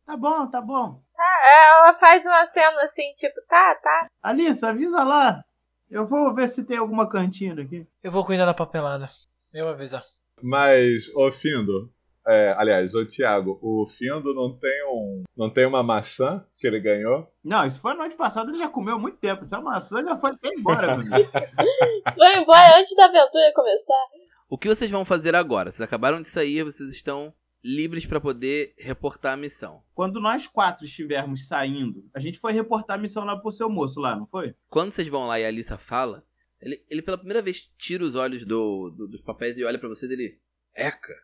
A: Tá bom, tá bom.
D: Ela faz uma cena assim, tipo, tá, tá.
A: Alice, avisa lá. Eu vou ver se tem alguma cantina aqui.
F: Eu vou cuidar da papelada. Eu vou avisar.
E: Mas, ô Findo, é, aliás, ô Thiago, o Findo não tem um. não tem uma maçã que ele ganhou?
A: Não, isso foi noite passada, ele já comeu há muito tempo. Essa maçã já foi até embora, mano.
D: Vou embora antes da aventura começar.
C: O que vocês vão fazer agora? Vocês acabaram de sair, vocês estão livres pra poder reportar a missão.
A: Quando nós quatro estivermos saindo, a gente foi reportar a missão lá pro seu moço lá, não foi?
C: Quando vocês vão lá e a Alissa fala, ele, ele pela primeira vez tira os olhos do, do- dos papéis e olha pra vocês e ele. Eca!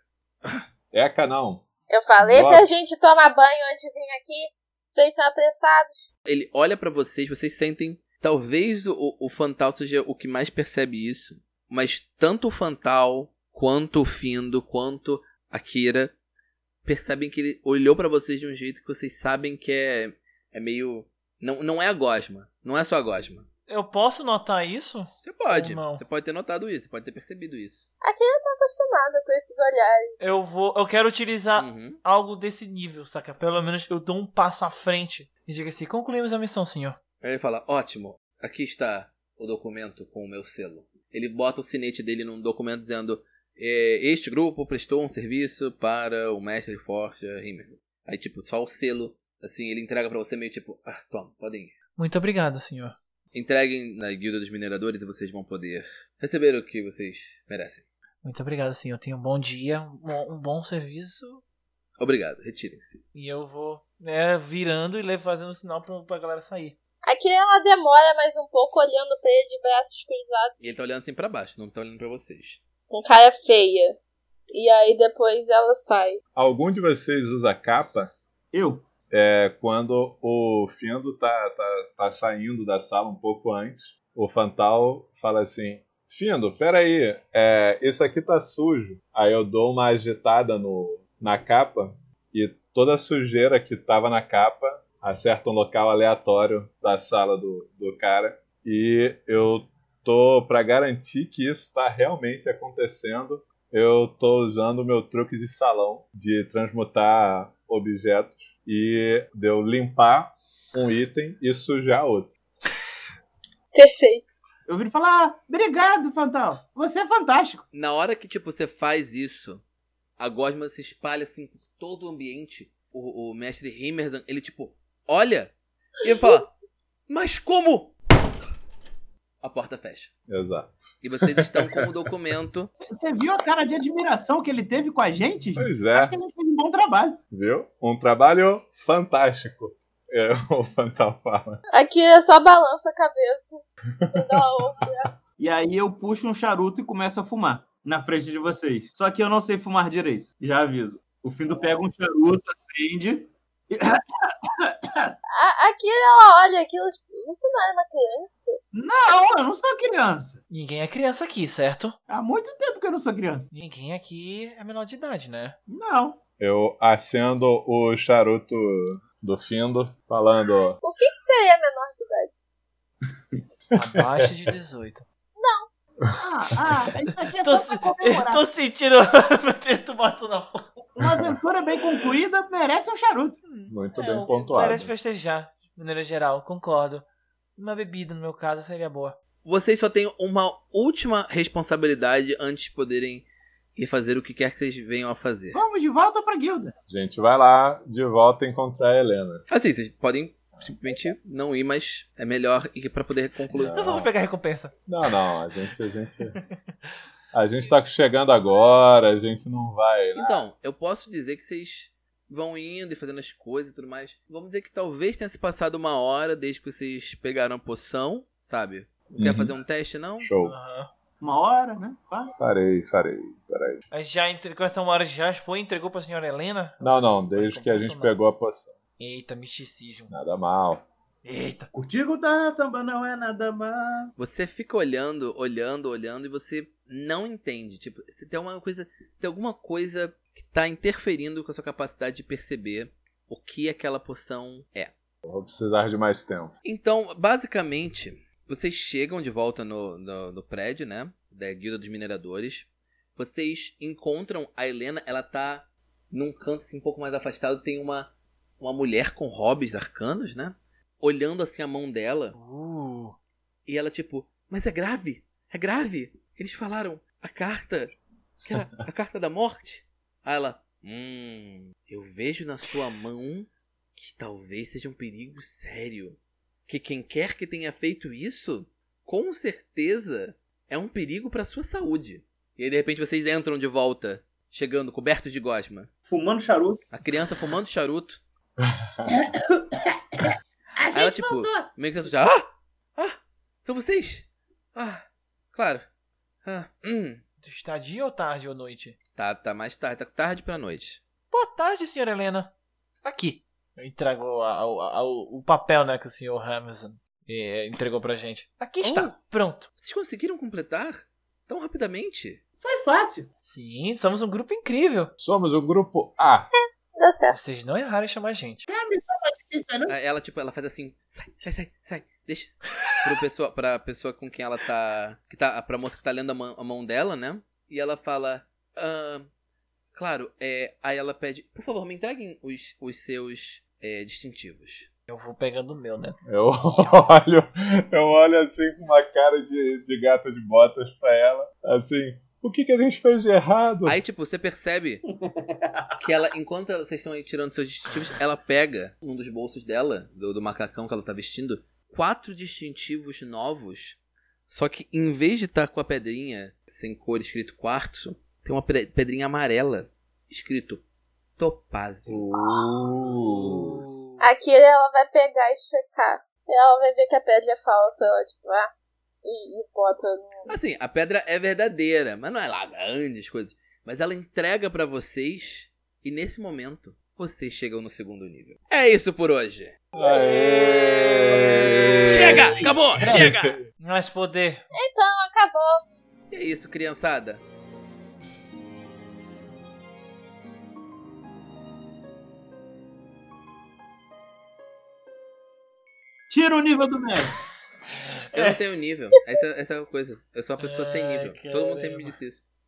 E: Eca não.
D: Eu falei
E: Nossa.
D: pra gente tomar banho antes de vir aqui. Vocês são apressados.
C: Ele olha pra vocês, vocês sentem. Talvez o, o Fantal seja o que mais percebe isso. Mas tanto o Fantal, quanto o Findo, quanto a Kira percebem que ele olhou pra vocês de um jeito que vocês sabem que é, é meio. Não, não é a gosma. Não é só a gosma.
F: Eu posso notar isso?
C: Você pode.
F: Ou não?
C: Você pode ter notado isso, você pode ter percebido isso.
D: Aqui eu tô acostumada com esses olhares.
F: Eu vou. Eu quero utilizar
C: Uhum.
F: algo desse nível, saca? Pelo menos eu dou um passo à frente e digo assim: concluímos a missão, senhor.
C: Aí ele fala: ótimo, aqui está o documento com o meu selo. Ele bota o sinete dele num documento dizendo: "É, este grupo prestou um serviço para o mestre Forja Himmel. Aí, tipo, só o selo, assim, ele entrega pra você meio tipo: ah, toma, podem ir.
F: Muito obrigado, senhor.
C: Entreguem na Guilda dos Mineradores e vocês vão poder receber o que vocês merecem.
F: Muito obrigado, senhor. Tenha um bom dia, um bom, um bom serviço.
C: Obrigado, retirem-se.
F: E eu vou né, virando e le- fazendo um sinal pra, pra galera sair.
D: Aqui ela demora mais um pouco olhando pra ele de braços cruzados.
C: E ele tá olhando assim pra baixo, não tá olhando pra vocês.
D: Com cara feia. E aí depois ela sai.
E: Algum de vocês usa capa?
A: Eu?
E: É quando o Findo tá, tá, tá saindo da sala um pouco antes, o Fantal fala assim: Findo, peraí, é, isso aqui tá sujo. Aí eu dou uma agitada no, na capa e toda a sujeira que tava na capa acerta um local aleatório da sala do, do cara. E eu tô, pra garantir que isso tá realmente acontecendo, eu tô usando o meu truque de salão de transmutar objetos e de eu limpar um item e sujar outro.
D: Perfeito.
A: Eu viro falar, ah, obrigado, Fantal. Você é fantástico.
C: Na hora que, tipo, você faz isso, a gosma se espalha, assim, por todo o ambiente. O, o mestre Himerzan, ele, tipo, olha e ele fala, mas como? A porta fecha.
E: Exato.
C: E vocês estão com o documento.
A: Você viu a cara de admiração que ele teve com a gente? gente?
E: Pois
A: Acho
E: é,
A: que a gente fez um bom trabalho.
E: viu? Um trabalho fantástico. É, o Fantal fala.
D: Aqui é só balança a cabeça. Não,
A: E aí eu puxo um charuto e começo a fumar na frente de vocês. Só que eu não sei fumar direito, já aviso. O Findo pega um charuto, acende.
D: a, aqui ela olha aquilo, tipo, você não era uma criança.
A: Não, eu não sou criança.
F: Ninguém é criança aqui, certo?
A: Há muito tempo que eu não sou criança.
F: Ninguém aqui é menor de idade, né?
A: Não.
E: Eu acendo o charuto do Findo, falando.
D: O que, que seria menor de idade?
F: Abaixo de 18.
A: Ah, ah, isso aqui é
F: Tô
A: só
F: se-
A: pra
F: Eu
A: comemorar.
F: tô sentindo a perturbação na porra.
A: Uma aventura bem concluída merece um charuto.
E: Muito
F: É,
E: bem
F: eu-
E: pontuado.
F: Merece festejar, de maneira geral, concordo. Uma bebida, no meu caso, seria boa.
C: Vocês só têm uma última responsabilidade antes de poderem ir fazer o que quer que vocês venham a fazer.
A: Vamos de volta pra guilda.
E: Gente, vai lá de volta encontrar a Helena.
C: Assim, vocês podem simplesmente não ir, mas é melhor ir pra poder concluir.
F: Não Então vamos pegar recompensa.
E: Não, não, a gente. A gente, a gente tá chegando agora, a gente não vai. né?
C: Então, eu posso dizer que vocês vão indo e fazendo as coisas e tudo mais. Vamos dizer que talvez tenha se passado uma hora desde que vocês pegaram a poção, sabe? Quer
E: Uhum.
C: fazer um teste, não?
E: Show.
F: Aham.
A: Uma hora, né? Pá.
E: Farei, farei. Peraí.
F: Aí Já entregou essa uma hora, já foi, entregou pra senhora Helena?
E: Não, não, desde que a gente pegou a poção.
F: Eita, misticismo.
E: Nada mal.
F: Eita.
A: Contigo tá samba, não é nada mais.
C: Você fica olhando, olhando, olhando e você não entende. Tipo, se tem uma coisa, tem alguma coisa que tá interferindo com a sua capacidade de perceber o que aquela poção é.
E: Vou precisar de mais tempo.
C: Então, basicamente, vocês chegam de volta no, no, no prédio, né? Da Guilda dos Mineradores. Vocês encontram a Helena, ela tá num canto assim, um pouco mais afastado. Tem uma, uma mulher com hobbies arcanos, né? Olhando assim a mão dela.
F: Uh.
C: E ela, tipo, mas é grave? É grave? Eles falaram a carta, que era a carta da morte. Aí ela, hum, eu vejo na sua mão que talvez seja um perigo sério. Que quem quer que tenha feito isso, com certeza é um perigo pra sua saúde. E aí, de repente, vocês entram de volta, chegando cobertos de gosma.
A: Fumando charuto.
C: A criança fumando charuto. Aí ela, tipo, meio que se assustar. Ah! Ah! São vocês? Ah, claro. Ah, hum.
F: Está dia ou tarde ou noite?
C: Tá, tá mais tarde, tá tarde pra noite.
F: Boa tarde, senhora Helena. Aqui. Eu entrego a- a- a- o papel, né, que o senhor Hamilton eh, entregou pra gente. Aqui está. Pronto.
C: Vocês conseguiram completar? Tão rapidamente?
A: Foi fácil.
F: Sim, somos um grupo incrível.
E: Somos o grupo A.
D: Deu certo.
F: Vocês não erraram em chamar a gente.
A: É a missão mais difícil, né?
C: Ah, Ela, tipo, ela faz assim, sai, sai, sai, sai, deixa. Pro pessoa, pra pessoa com quem ela tá. Que tá pra moça que tá lendo a mão, a mão dela, né? E ela fala. "Ah, claro, é. Aí ela pede, por favor, me entreguem os, os seus é, distintivos.
F: Eu vou pegando o meu, né?
E: Eu olho, eu olho assim com uma cara de, de gata de botas pra ela. Assim, o que, que a gente fez de errado?
C: Aí, tipo, você percebe que ela, enquanto vocês estão aí tirando seus distintivos, ela pega um dos bolsos dela, do, do macacão que ela tá vestindo, quatro distintivos novos. Só que em vez de estar com a pedrinha sem cor escrito quartzo, tem uma pe- pedrinha amarela escrito topázio.
E: Uh,
D: Aqui ela vai pegar e checar. Ela vai ver que a pedra é falsa, ela tipo, ah, e, e bota no.
C: Assim, a pedra é verdadeira, mas não é lá grandes coisas. Mas ela entrega pra vocês e nesse momento vocês chegam no segundo nível. É isso por hoje.
E: aê!
C: Chega! Acabou! Chega!
F: Mas poder.
D: Acabou.
C: E é isso, criançada.
A: Tira o nível do médico.
C: Eu não tenho nível. Essa, essa é a coisa. Eu sou uma pessoa sem
F: Ai,
C: nível. Todo mundo
F: caramba.
C: sempre me disse isso.